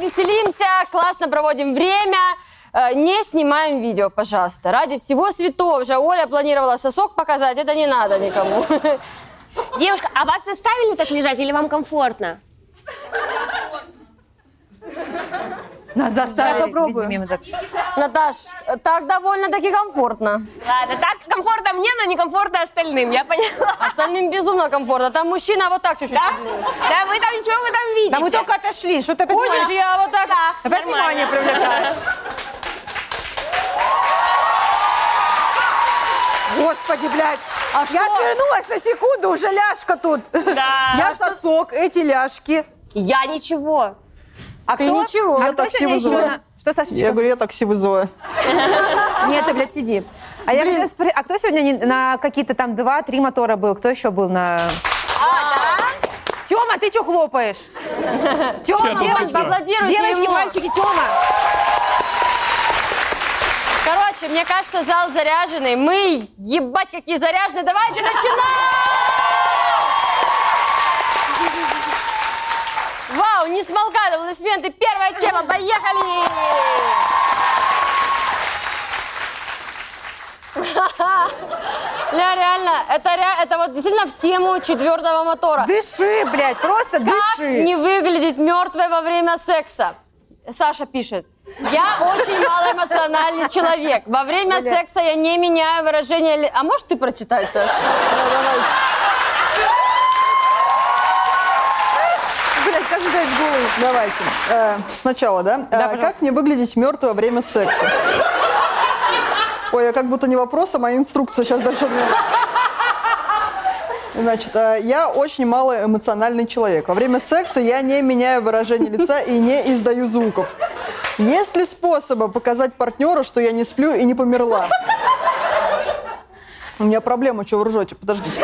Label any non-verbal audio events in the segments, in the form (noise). веселимся, классно проводим время. Э, Не снимаем видео, пожалуйста. Ради всего святого же. Оля планировала сосок показать, это не надо никому. (laughs) Девушка, а вас заставили так лежать или вам комфортно? Нас заставили. Я попробую. Видимо, так. Наташ, э, так довольно-таки комфортно. Ладно, так комфортно мне, но некомфортно остальным, я поняла. Остальным безумно комфортно. Там мужчина вот так чуть-чуть. Да? Да вы там, что А вы там видите? Да мы только отошли, что ты Хочешь, понимаешь? я вот так... Нормально. Опять внимание привлекаешь. Господи, блядь. А я отвернулась на секунду, уже ляжка тут. Да. Я сосок, эти ляжки. Я ничего. А Ты ничего. Я А кто такси сегодня еще вызываю. на- Что, Сашечка? Я говорю, я такси вызываю. Нет, ты, блядь, сиди. А я хотела спросить, а кто сегодня не- на какие-то там два-три мотора был? Кто еще был на... А, Тёма, ты что хлопаешь? Тёма, тут Тёма, сидела. Поаплодируйте девочки, ему. мальчики, Тёма. Короче, мне кажется, зал заряженный. Мы, ебать, какие заряженные. Давайте начинаем! Вау, не смолкают аплодисменты. Первая тема, поехали! Ля, реально, это, ре- это вот действительно в тему четвертого мотора. Дыши, блядь, просто Как дыши. не выглядеть мертвой во время секса? Саша пишет. Я очень малоэмоциональный человек. Во время секса я не меняю выражение... ли- А можешь ты прочитать, Саша? Блядь, как ждать голову? Давайте. Э, сначала, да? Э, как мне выглядеть мертвым во время секса? Ой, я как будто не вопрос, а моя инструкция сейчас даже. Значит, э, я очень малоэмоциональный человек. Во время секса я не меняю выражение лица и не издаю звуков. Есть ли способы показать партнеру, что я не сплю и не померла? У меня проблема, что вы ржете, подождите.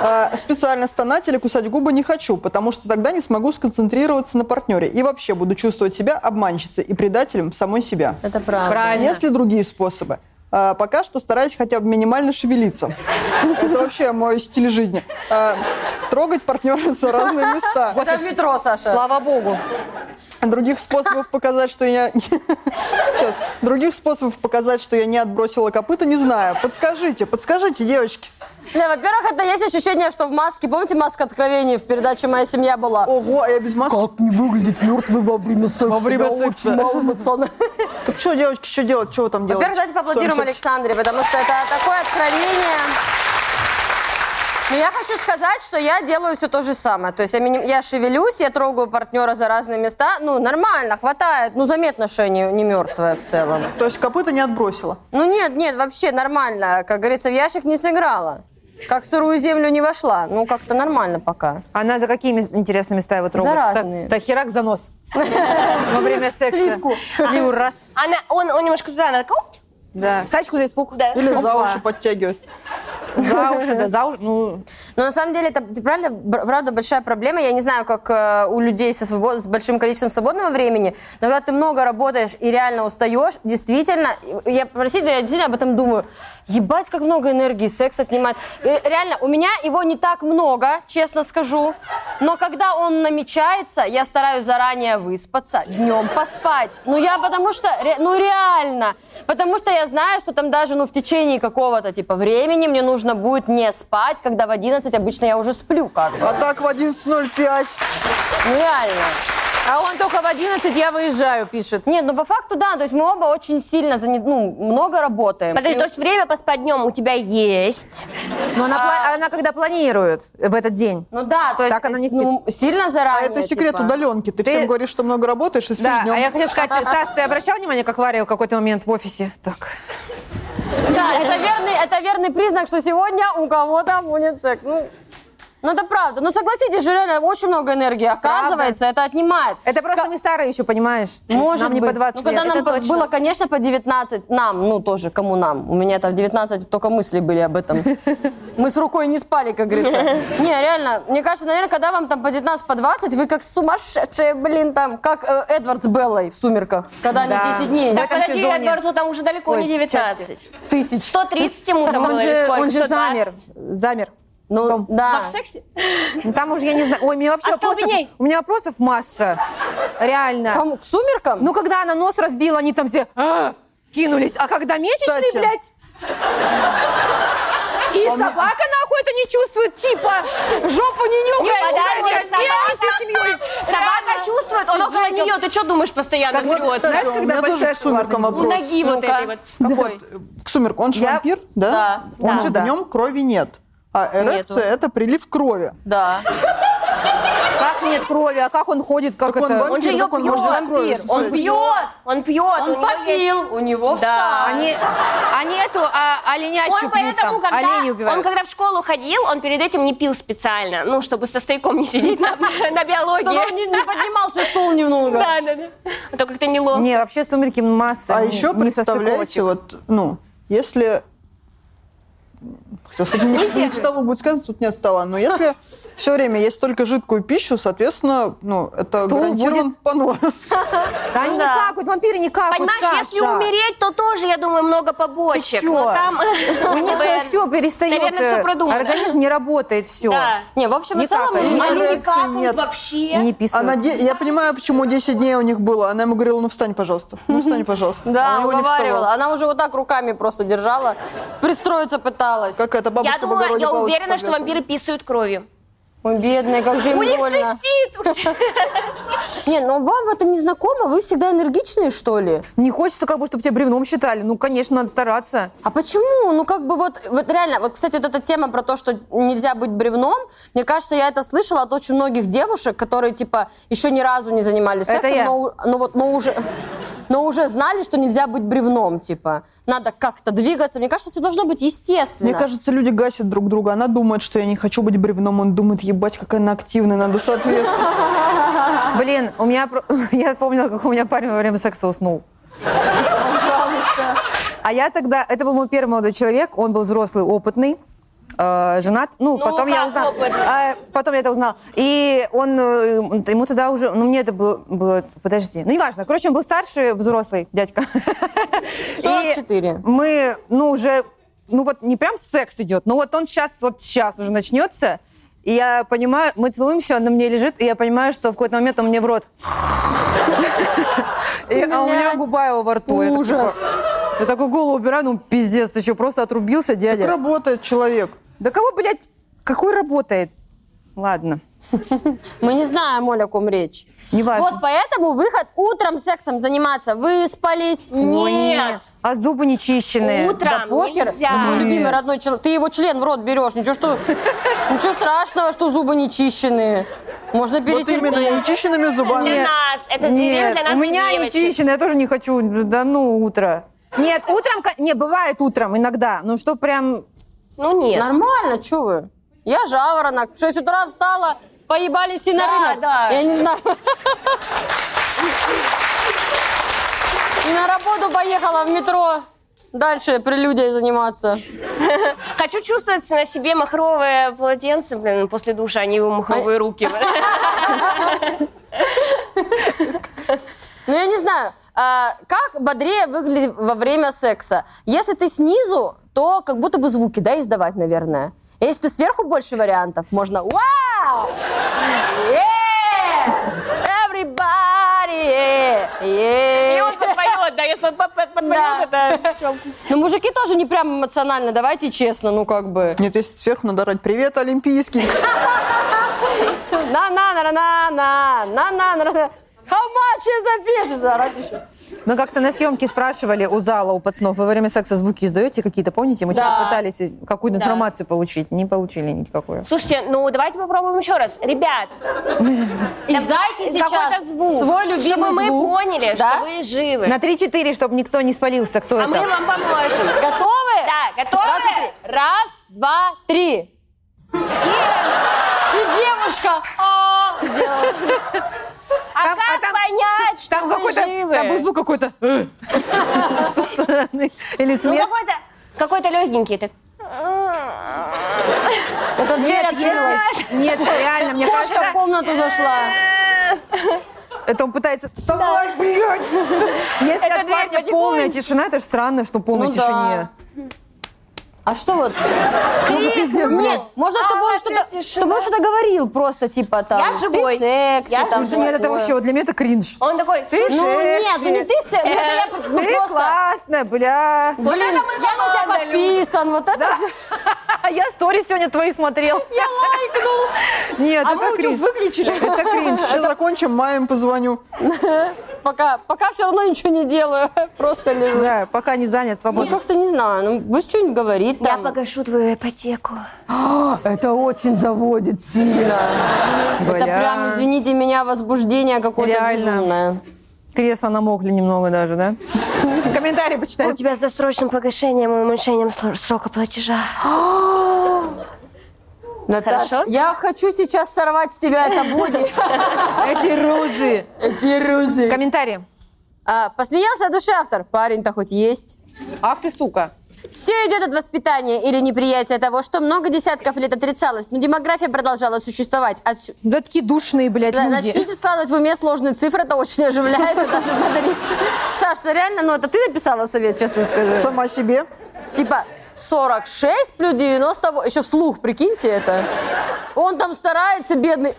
Э, Специально стонать или кусать губы не хочу, потому что тогда не смогу сконцентрироваться на партнере. И вообще буду чувствовать себя обманщицей и предателем самой себя. А Это правда. Правильно. Есть ли другие способы? А, пока что стараюсь хотя бы минимально шевелиться. Это вообще мой стиль жизни. А, трогать партнера за разные места. Это в метро, Саша. Слава богу. Других способов показать, что я... Сейчас. Других способов показать, что я не отбросила копыта, не знаю. Подскажите, подскажите, девочки. Не, во-первых, это есть ощущение, что в маске... Помните, маска откровений в передаче «Моя семья» была? Ого, а я без маски? Как не выглядит мертвый во время секса? Во время секса. Малоэмоционально. Так что, девочки, что делать? Что вы там делаете? Во-первых, давайте поаплодируем Что там, Александре, потому что это такое откровение. Но я хочу сказать, что я делаю все то же самое. То есть я, миним- я шевелюсь, я трогаю партнера за разные места. Ну, нормально, хватает. Ну, заметно, что я не, не мертвая в целом. То есть копыта не отбросила? Ну, нет, нет, вообще нормально. Как говорится, в ящик не сыграла. Как в сырую землю не вошла. Ну, как-то нормально пока. Она за какие мес- интересные места его трогает? За Так- разные. Так, херак за нос. Во (laughs) время секса. Сливку. Сливу раз. Она, он, он немножко туда, она такая, «Оп». Да. Сачку за испуг. Да. Или за Опа. уши подтягивает? За уши, да, за уши. Ну, Но на самом деле это правда, б- правда большая проблема. Я не знаю, как э, у людей со свобо- с большим количеством свободного времени, но когда ты много работаешь и реально устаешь, действительно, и- я простите, я действительно об этом думаю. Ебать, как много энергии секс отнимает. И реально, у меня его не так много, честно скажу. Но когда он намечается, я стараюсь заранее выспаться, днем поспать. Ну я потому что, ре- ну реально, потому что я знаю, что там даже ну в течение какого-то типа времени мне нужно будет не спать, когда в 11 обычно я уже сплю как бы. А так в 11.05. Ну реально. а он только в 11 я выезжаю, пишет. Нет, ну по факту да, то есть мы оба очень сильно заня- ну много работаем. Подожди, то есть время поспать днем у тебя есть. Но она, пла- она когда планирует в этот день. Ну да, то есть Так она не ну, сильно А заранее. это секрет типа. удаленки. Ты, Ты- всем говоришь, что много работаешь и спишь Да, днем. а я хотела сказать, Саш, ты обращал внимание, как Варя в какой-то момент в офисе? Так. Да, это верный, это верный признак, что сегодня у кого-то будет секс. Ну, ну это правда. Ну согласитесь же, реально очень много энергии. Оказывается, это отнимает. Это просто мы старые еще, понимаешь? Может Нам быть. не по 20 ну, когда лет. нам это по- точно. было, конечно, по 19, нам, ну тоже, кому нам. У меня там в 19 только мысли были об этом. Мы с рукой не спали, как (laughs) говорится. Не, реально, мне кажется, наверное, когда вам там по 19, по 20, вы как сумасшедшие, блин, там, как э, Эдвард с Беллой в «Сумерках», когда они Да. 10 дней. В Так, этом подожди, сезоне. Эдварду там уже далеко Ой, не 19. Тысяч. 130 ему там Он было или же, сколько? он же 120? замер. Замер. Ну, Том, да. Во в сексе? Ну, там уже я не знаю. Ой, у меня А вообще вопросов... Остолбеней. У меня вопросов масса. Реально. Кому? К сумеркам? Ну, когда она нос разбила, они там все «А!» кинулись. А когда месячные, Кстати. блядь... И А собака нахуй это не чувствует, типа... жопу не Не подарок, уходит от меня всей семьей. Собака чувствует, он около нее. Ты что думаешь постоянно Так вот, врет? кстати, Знаешь, у когда меня тоже большая к сумеркам сумма? У вопрос. ноги вот Ну-ка. этой вот. Какой? К сумеркам. Он же Я- вампир, да? Да. Он Да. же Да. в нем крови нет. А эрекция – это прилив крови. Да. Как нет крови, а как он ходит, как Так он это... вампир, Он же ее как он может пьет. крови вампир. Он состоять? пьет. Он пьет, у Он него есть- попил. У него Да. встал. Они, они эту а, оленячью Он пьют поэтому, там, оленей когда, убивают. он когда в школу ходил, он перед этим не пил специально, ну, чтобы со стояком не сидеть на, (laughs) на Чтобы он биологии. не, не поднимался стул немного. Да, да, да. А то как-то неловко. Не, вообще сумерки масса. А н- еще представляете, несостыковочек. вот, ну, если... Хотел сказать, не, не с того будет сказано, тут нет стола. Но если все время есть только жидкую пищу, соответственно, ну, это Стул гарантирован будет- (laughs) понос. Да они не какают, вампиры не какают, Понимаешь, если Саша. умереть, то тоже, я думаю, много побочек. Ты чё? Но там... (laughs) У них все перестает. Наверное, э, все продумано. Организм не работает, все. Да. Не, в общем и Не целом... какает. они- Эрекции нет. И не вообще. писают. Она де- Я понимаю, почему 10 дней у них было. Она ему говорила, ну, встань, пожалуйста. Ну, встань, пожалуйста. Да, А он его не уговаривала. вставал. Она уже вот так руками просто держала, пристроиться пыталась. Какая-то бабушка Я в думаю, огороде я палочку уверена, что подвязывала. вампиры писают кровью. Ой, бедные, как же им У них больно. цистит! Не, ну вам это не знакомо? Вы всегда энергичные, что ли? Не хочется, как бы, чтобы тебя бревном считали. Ну, конечно, надо стараться. А почему? Ну, как бы вот, вот реально, вот, кстати, вот эта тема про то, что нельзя быть бревном, мне кажется, я это слышала от очень многих девушек, которые, типа, еще ни разу не занимались Это сексом, я. но, у- но вот, но уже, но уже знали, что нельзя быть бревном, типа. Надо как-то двигаться. Мне кажется, все должно быть естественно. Мне кажется, люди гасят друг друга. Она думает, что я не хочу быть бревном. Он думает, ебать, какая она активная, (laughs) надо соответствовать. Блин, у меня... про- (laughs) Я вспомнила, как у меня парень во время секса уснул. А я тогда... Это был мой первый молодой человек. Он был взрослый, опытный. э, женат. Ну, потом я как узнала. опытный? а, потом я это узнала. И он... э, Ему тогда уже... Ну, мне это было... было- Подожди. Ну, неважно. Короче, он был старше, взрослый дядька. И 44. мы, ну, уже... Ну, вот не прям секс идет, но вот он сейчас, вот сейчас уже начнется. И я понимаю, мы целуемся, он на мне лежит, и я понимаю, что в какой-то момент он мне (laughs) в рот. И- А у меня Блядь. губа его во рту. Я так, Ужас. типа, Я такую голову убираю, ну пиздец, ты еще просто отрубился, Как дядя. работает человек? Да кого, блядь, какой работает? Ладно, Мы не знаем, Оля, о ком речь. неважно. Вот поэтому выход утром сексом заниматься. Выспались. Ой, Нет. А зубы не чищенные. Да Утром похер, Да твой нельзя. любимый родной человек. Ты его член в рот берешь, ничего (laughs) что, ничего страшного, что зубы не чищенные. Можно Вот перетерпеть. именно нечищенными зубами. Для нас. Это время Нет, для нас. у меня не девочек. чищено, я тоже не хочу. Да ну, утро. Нет, утром, ко- не, бывает утром иногда, ну что прям... Ну нет. Нормально, что вы? Я жаворонок. В 6 утра встала, поебались и на Да, рынок. да. Я не знаю. И на работу поехала в метро. Дальше прелюдией заниматься. Хочу чувствовать на себе махровое полотенце, блин, после душа, а не его махровые (laughs) руки. а Ну, я не знаю, а, как бодрее выглядит во время секса? Если ты снизу, то как будто бы звуки, да, издавать, наверное. А Если ты сверху больше вариантов, можно «Вау!» «Yeah! Everybody! yeah! И Yeah!» он подпоет, да, если он поп- подпоет, это все. Ну, мужики тоже не прям эмоционально, давайте честно, ну, как бы. Нет, если сверху надо орать «Привет, Олимпийский!» на на на на на на на на на How much is a fish? Заорать еще. Мы как-то на съемке спрашивали у зала, у пацанов, вы во время секса звуки издаете какие-то, помните? Мы Да. что-то пытались из- какую-то информацию получить, не получили никакую. Слушайте, ну давайте попробуем еще раз. Ребят, Издайте сейчас какой-то звук, свой любимый чтобы мы звук. поняли, Да? что вы живы. На 3-4, чтобы никто не спалился, кто А это. мы вам поможем. (laughs) Готовы? Да, готовы? Раз, два, три. Раз, два, три. И девушка. А а как там- понять, что Там вы какой-то, живы? там был звук какой-то. (laughs) «Э». С той стороны. Или Ну смех. какой-то, какой-то легенький так. Это дверь Нет, открылась. если- Нет, реально, мне Кошка в кажется, комнату зашла. это он пытается... Вставай, блядь! Если Эта от дверь парня потихоньку. полная тишина, это же странно, что полная Ну да. тишине. Ну А что вот? за пиздец, блядь? Нет, можно, чтобы он Опять что-то, А, тишина. чтобы он что-то говорил просто, типа там. Я живой. Ты секси, Я там, живой. Слушай, нет, это такое. вообще, вот для меня это кринж. Он такой, Ты Ну секси. нет, ну не ты секси, ну это я ну, Ты просто. классная, бля. (laughs) Блин, Э, это мы я на тебя команда, подписан, вот это всё. А я сторис сегодня твои смотрел. я лайкнул. Нет, А это кринж. выключили. Это (laughs) кринж. Сейчас закончим, Майям позвоню. Пока, пока все равно ничего не делаю, (laughs) просто лежу. Да, пока не занят, Ну свободно. как-то не знаю, ну будешь что-нибудь говорить я там. погашу твою ипотеку. Это очень заводит сильно. Это прям, извините меня, возбуждение какое-то Реально. безумное. Кресла намокли немного даже, да? Комментарии У почитаем. тебя с досрочным погашением и уменьшением сло- срока (gasps) платежа. Наташ, Хорошо? я хочу сейчас сорвать с тебя это будет. Эти розы. Эти розы. Комментарии. А, посмеялся от души автор. Парень-то хоть есть. Ах ты, сука. Все идет от воспитания или неприятия того, что много десятков лет отрицалось, но демография продолжала существовать. Отсю- Да такие душные, блядь, Да, люди. Начните складывать в уме сложные цифры, это очень оживляет, и даже подарить. (laughs) Саш, ну реально, ну это ты написала совет, честно скажи? Сама себе. Типа 46 плюс 90, еще вслух, прикиньте это. Он там старается, бедный.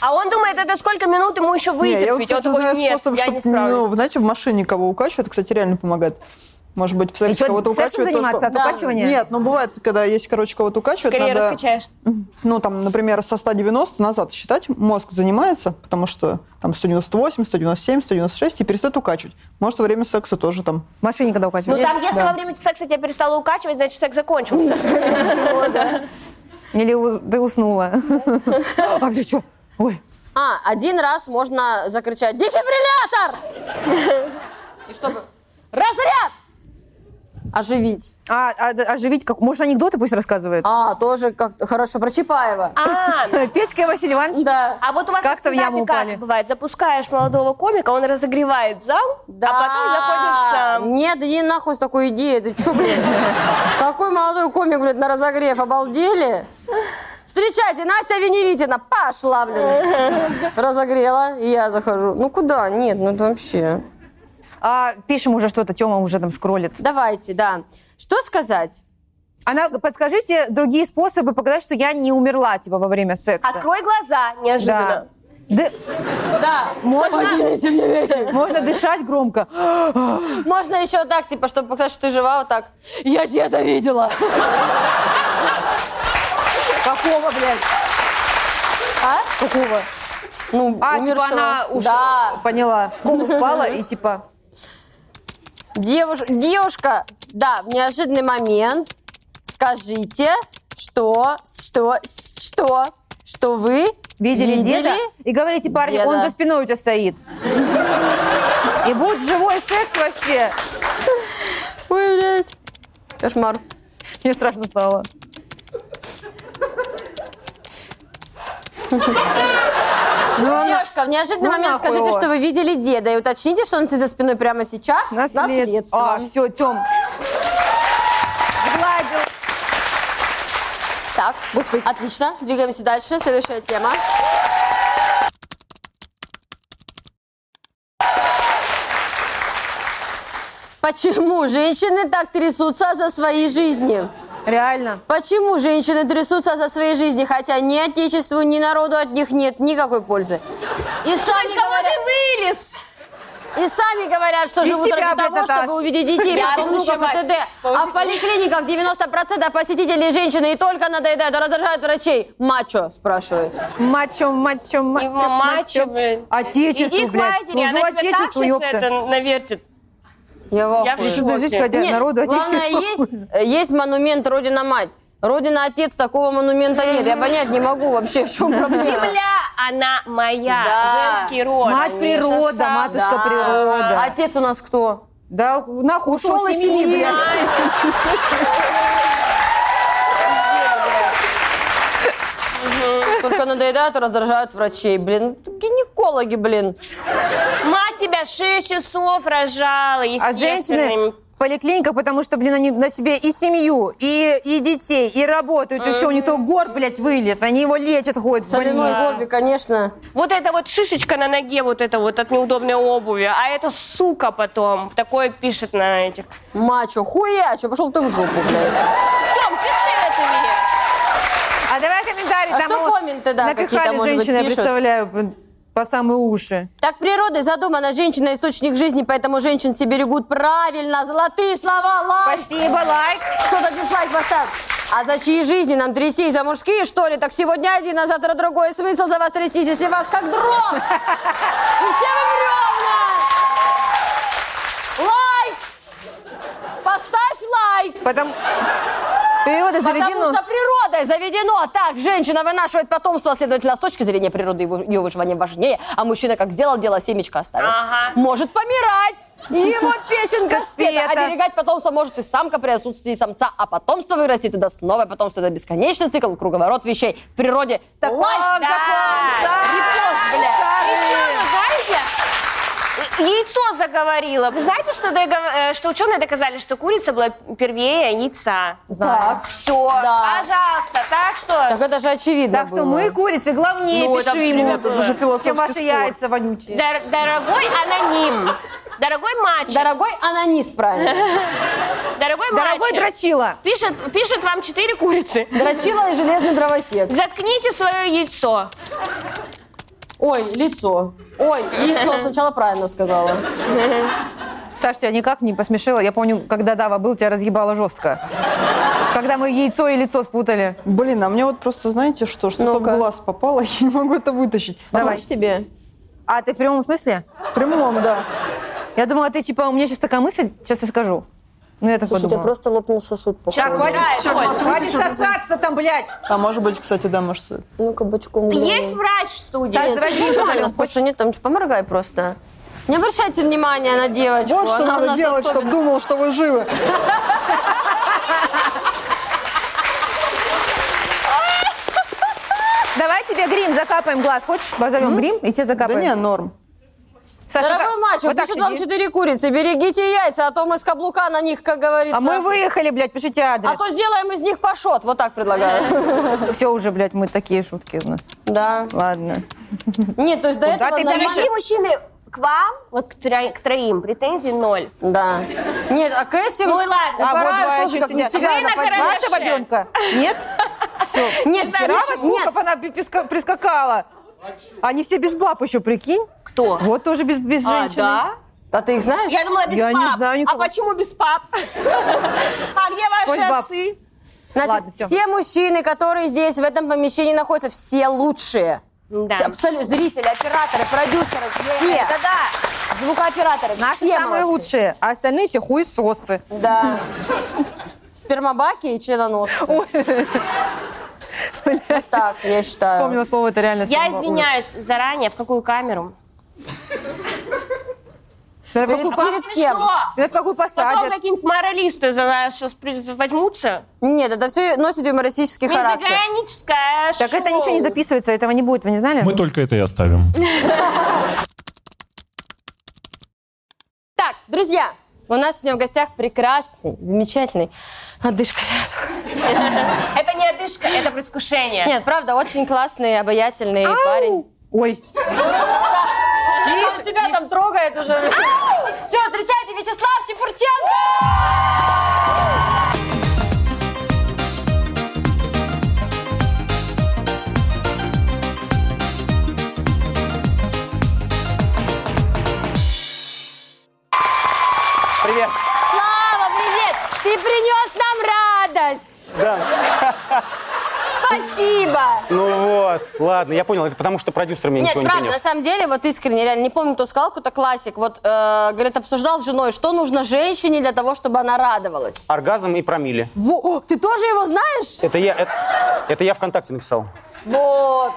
А он думает, это сколько минут ему еще Не, я вот, вытерпеть. Он кстати, такой, знаю нет, способ, я чтобы, не справлюсь. ну, знаете, в машине кого укачивают, это, кстати, реально помогает. Может быть, в сексе Еще кого-то сексом укачивают. тоже заниматься от по- Да. укачивания? Нет, ну бывает, когда есть, короче, кого-то укачивают, Скорее надо, раскачаешь. ну, там, например, со 190 назад считать, мозг занимается, потому что там 198, 197, 196 и перестает укачивать. Может, во время секса тоже там. В машине когда Ну укачивают. там, если да. во время секса тебя перестало укачивать, значит, секс закончился. Или у- ты уснула. (laughs) А бля, что? Ой. А, один раз можно закричать «Дефибриллятор!» И чтобы «Разряд!» Оживить. А, а- оживить, как... может, анекдоты пусть рассказывает? А, тоже как хорошо, про Чапаева. А, Петька Василий Иванович. Да. а вот у вас Как-то в всегда яму как упали. бывает, запускаешь молодого комика, он разогревает зал, Да. а потом заходишь сам. Нет, иди нахуй с такой идеей. Ты чё, блин? Какой молодой комик, блядь, на разогрев? Обалдели? Встречайте, Настя Веневитина. Пошла, блин. Разогрела, и я захожу. Ну куда? Нет, ну это вообще... А, пишем уже что-то, Тёма уже там скроллит. Давайте, да. Что сказать? Она, подскажите другие способы показать, что я не умерла, типа, во время секса. Открой глаза, Да. неожиданно. Ды- Да, можно, можно дышать громко. можно еще так, типа, чтобы показать, что ты жива, вот так. Я деда видела. Какого, блядь? А? Какого? Ну, А, типа, умершего. она ушла. Да. Поняла. В кому впала и типа... Девуш- Девушка, да, в неожиданный момент скажите, что, что, что, что вы Видели, деда? И говорите, парни, Деда. он за спиной у тебя стоит. И будет живой секс вообще. Ой, блядь. Кошмар. Мне страшно стало. Ну, она- Девушка, в неожиданный Ну момент нахуй скажите, его. что вы видели деда, и уточните, что он сидит за спиной прямо сейчас. Наследство. А, все, Тём. Гладил. Так, Господи. отлично. Двигаемся дальше. Следующая тема. Почему женщины так трясутся за свои жизни? Реально. Почему женщины трясутся за свои жизни, хотя ни отечеству, ни народу от них нет никакой пользы? И сами говорят... И сами говорят, что Из живут тебя, ради блядь, того, Наташ. чтобы увидеть детей, Я потом буду внуков и ночевать. т.д. А в поликлиниках 90% посетителей женщины и только надоедают, а раздражают врачей. Мачо, спрашивают. Мачо, мачо, мачо. мачо, блин. Отечеству, Иди к блядь. матери, Служу она тебя так отечеству, сейчас ёпта. это навертит. Я в Я ахуе. в Что за жизнь, Нет, хотя Нет, народу главное, отечеству есть, похуй. есть монумент Родина-Мать. Родина-Отец, такого монумента нет. Я понять не могу вообще, в чем проблема. Земля, она моя. Да. Женский род. Мать они природа, сосам- матушка природа. Отец у нас кто? Да нахуй ушел Ушел из из семьи, семьи. блядь. Только надоедают и раздражают врачей. Блин, гинекологи, блин. Мать тебя 6 часов рожала, А женщины, естественными поликлиниках, потому что, блин, они на себе и семью, и, и детей, и работают, и все. У них то гор, блядь, вылез. Они его лечат, ходят в Соляной больницу. горби, конечно. Вот эта вот шишечка на ноге, вот это вот от неудобной обуви, а это сука потом, такое пишет на этих. Мачо, хуячо, пошел ты в жопу, блядь. Тём, пиши это мне. А давай комментарии. А там что вот комменты, да, напихали какие-то, может быть, женщины, я пишут? представляю, по самые уши. Так природой задумана женщина источник жизни, поэтому женщин все берегут правильно. Золотые слова, лайк. Спасибо, лайк. Кто-то дизлайк поставил. А за чьи жизни нам трястись? За мужские, что ли? Так сегодня один, а завтра другой. Смысл за вас трястись, если вас как дров? И все вы бревна! Лайк! Поставь лайк! Потому... Природа Потому заведена... что природой заведено. Так, женщина вынашивает потомство, следовательно, с точки зрения природы его, ее выживание важнее. А мужчина как сделал дело, семечко оставил. Ага. Может помирать. И (laughs) его песенка спета. Спета. Оберегать потомство может и самка при отсутствии самца. А потомство вырастет и даст новое потомство. Это бесконечный цикл, круговорот вещей. В природе Таков лайф. закон, Да. да. Репост, бля. Еще, знаете, яйцо заговорило. Вы знаете, что, догов- э, что ученые доказали, что курица была первее яйца? Знаю. Все, Да. пожалуйста, так что... Так это же очевидно А Так что было. мы, курицы, главнее Ну, это пиши ему. абсолютно, это же чем философский ваши спор. яйца вонючие. Дор- дорогой аноним, дорогой мальчик, Дорогой анонист, (laughs) правильно. дорогой, Дорогой мальчик, дрочила. пишет, пишет вам четыре курицы. Дрочила и железный дровосек. Заткните свое яйцо. Ой, лицо. Ой, яйцо сначала правильно сказала. Саш, тебя никак не посмешила. Я помню, когда Дава был, тебя разъебало жестко. Когда мы яйцо и лицо спутали. Блин, а мне вот просто, знаете что, что-то в Ну-ка. глаз попало, (laughs) я не могу это вытащить. Давай. тебе. А, ты в прямом смысле? В прямом, да. Я думала, ты типа, у меня сейчас такая мысль, сейчас я скажу. Ну, я так Слушай, у тебя подумала. просто лопнул сосуд, походу. Так, хватит, Да, это Оль. хватит Смотрите, сосаться там, блядь. А может быть, кстати, да, может... с- Ну-ка, бочком. голову. Есть врач в студии? Саш, Ну, Нет, дорогие нормально, Валя, Слушай, нет, там поморгай просто. Не обращайте внимания на девочку. Вот что Типа, она у надо нас делать, особенно- чтобы думал, что вы живы. Давай тебе грим закапаем глаз. Хочешь, позовем грим и тебе Да закапаем. не, норм. Саша, Дорогой как- мальчик, вот так пишут вам сиди. четыре курицы, берегите яйца, а то мы с каблука на них, как говорится. А мы выехали, блядь, пишите адрес. Ну, А то сделаем из них пашот, вот так предлагаю. Все уже, блядь, мы такие шутки у нас. Да. (laughs) Ладно. Нет, то есть до этого ты, нормально- Дорогие мужчины, к вам, вот к, тро- к троим, претензий ноль. Да. Нет, а к этим... Ну и ладно. А вот вот двое тоже еще как на сидят. себя Вы на нападают. карандаше. Ваша бабенка? Нет? Все. Нет, всех- Права, нет, сколько она писка- прискакала. Они все без баб еще, прикинь. Кто? Вот тоже без, без А, женщины. да? А ты их знаешь? Я думала, без Я пап. не знаю никого. А почему без пап? (laughs) А где Сквозь ваши баб. отцы? Значит, Ладно, всё. все мужчины, которые здесь, в этом помещении находятся, все лучшие. Да. Все, абсолютно. Зрители, операторы, продюсеры, все. Это да. Звукооператоры, Наши все молодцы. самые лучшие, а остальные все хуесосы. Да. Спермобаки и членоносцы. Блядь. Так, я считаю. Вспомнила слово, это реально Я слово. извиняюсь заранее, в какую камеру? Смотря в Перед- какую пас- перед кем? А Смешно. смотря в какую Потом посадят. какие-нибудь моралисты за нас сейчас возьмутся. Нет, это все носит юмористический характер. Мизогоническое Так это шоу. ничего не записывается, этого не будет, вы не знали? Мы только это и оставим. Так, друзья, у нас сегодня в гостях прекрасный, замечательный отдышка. сейчас. (laughs) Это не одышка, это предвкушение. Нет, правда, очень классный, обаятельный парень. Ой. Сам себя там трогает уже. Все, встречайте, Вячеслав Чепурченко! Привет. Слава, привет! Ты принес нам радость! Да. Спасибо! Ну вот, ладно, я понял, это потому что продюсер мне Нет, ничего не правда, на принес. самом деле, вот искренне, реально, не помню, кто сказал, какой-то классик, вот, э, говорит, обсуждал с женой, что нужно женщине для того, чтобы она радовалась. Оргазм и промили. Во, о, ты тоже его знаешь? Это я, это, это я ВКонтакте написал. Вот.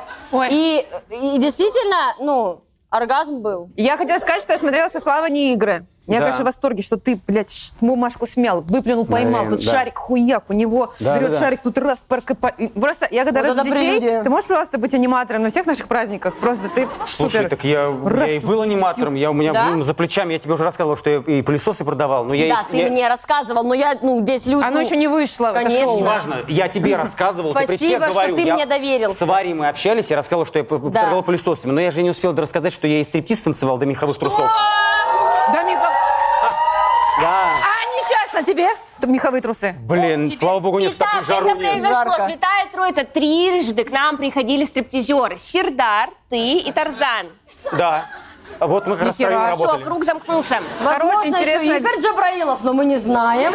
И, и действительно, ну, оргазм был. Я хотела сказать, что я смотрела со Славой не игры. Я, Да. конечно, в восторге, что ты, блядь, ш- бумажку смял, выплюнул, поймал. Блин, Тут да. шарик хуяк, у него Да, берет да, да. шарик, тут раз, парк, па- и Просто я когда Вот рожу это детей, прелюдия. ты можешь просто быть аниматором на всех наших праздниках? Просто ты Слушай, супер. так я, я Раз и тут был всё- аниматором, я, у меня Да? блин, за плечами, я тебе уже рассказывал, что я и пылесосы продавал, но я... Да, и- ты я- мне рассказывал, но я, ну, здесь люди... Оно ну, еще не вышло. это конечно. шоу. Важно, я (laughs) тебе рассказывал, ты при всех Спасибо, что говорил, ты я мне доверился. С Варей мы общались, я рассказывал, что я п- п- Да. торговал пылесосами, но я же не успел рассказать, что я и стриптиз танцевал до меховых трусов. А, Да, Миха... Да. А, несчастно тебе! Т- Меховые трусы. Блин, Тебе- слава богу, нет, И в такую так жару это нет. произошло. Жарко. Святая Троица. Трижды к нам приходили стриптизеры. Сердар, ты и Тарзан. Да. Вот мы как раз Нихера. втроем Все, работали. круг замкнулся. Возможно, Короче, еще интересно- Игорь Джабраилов, но мы не знаем.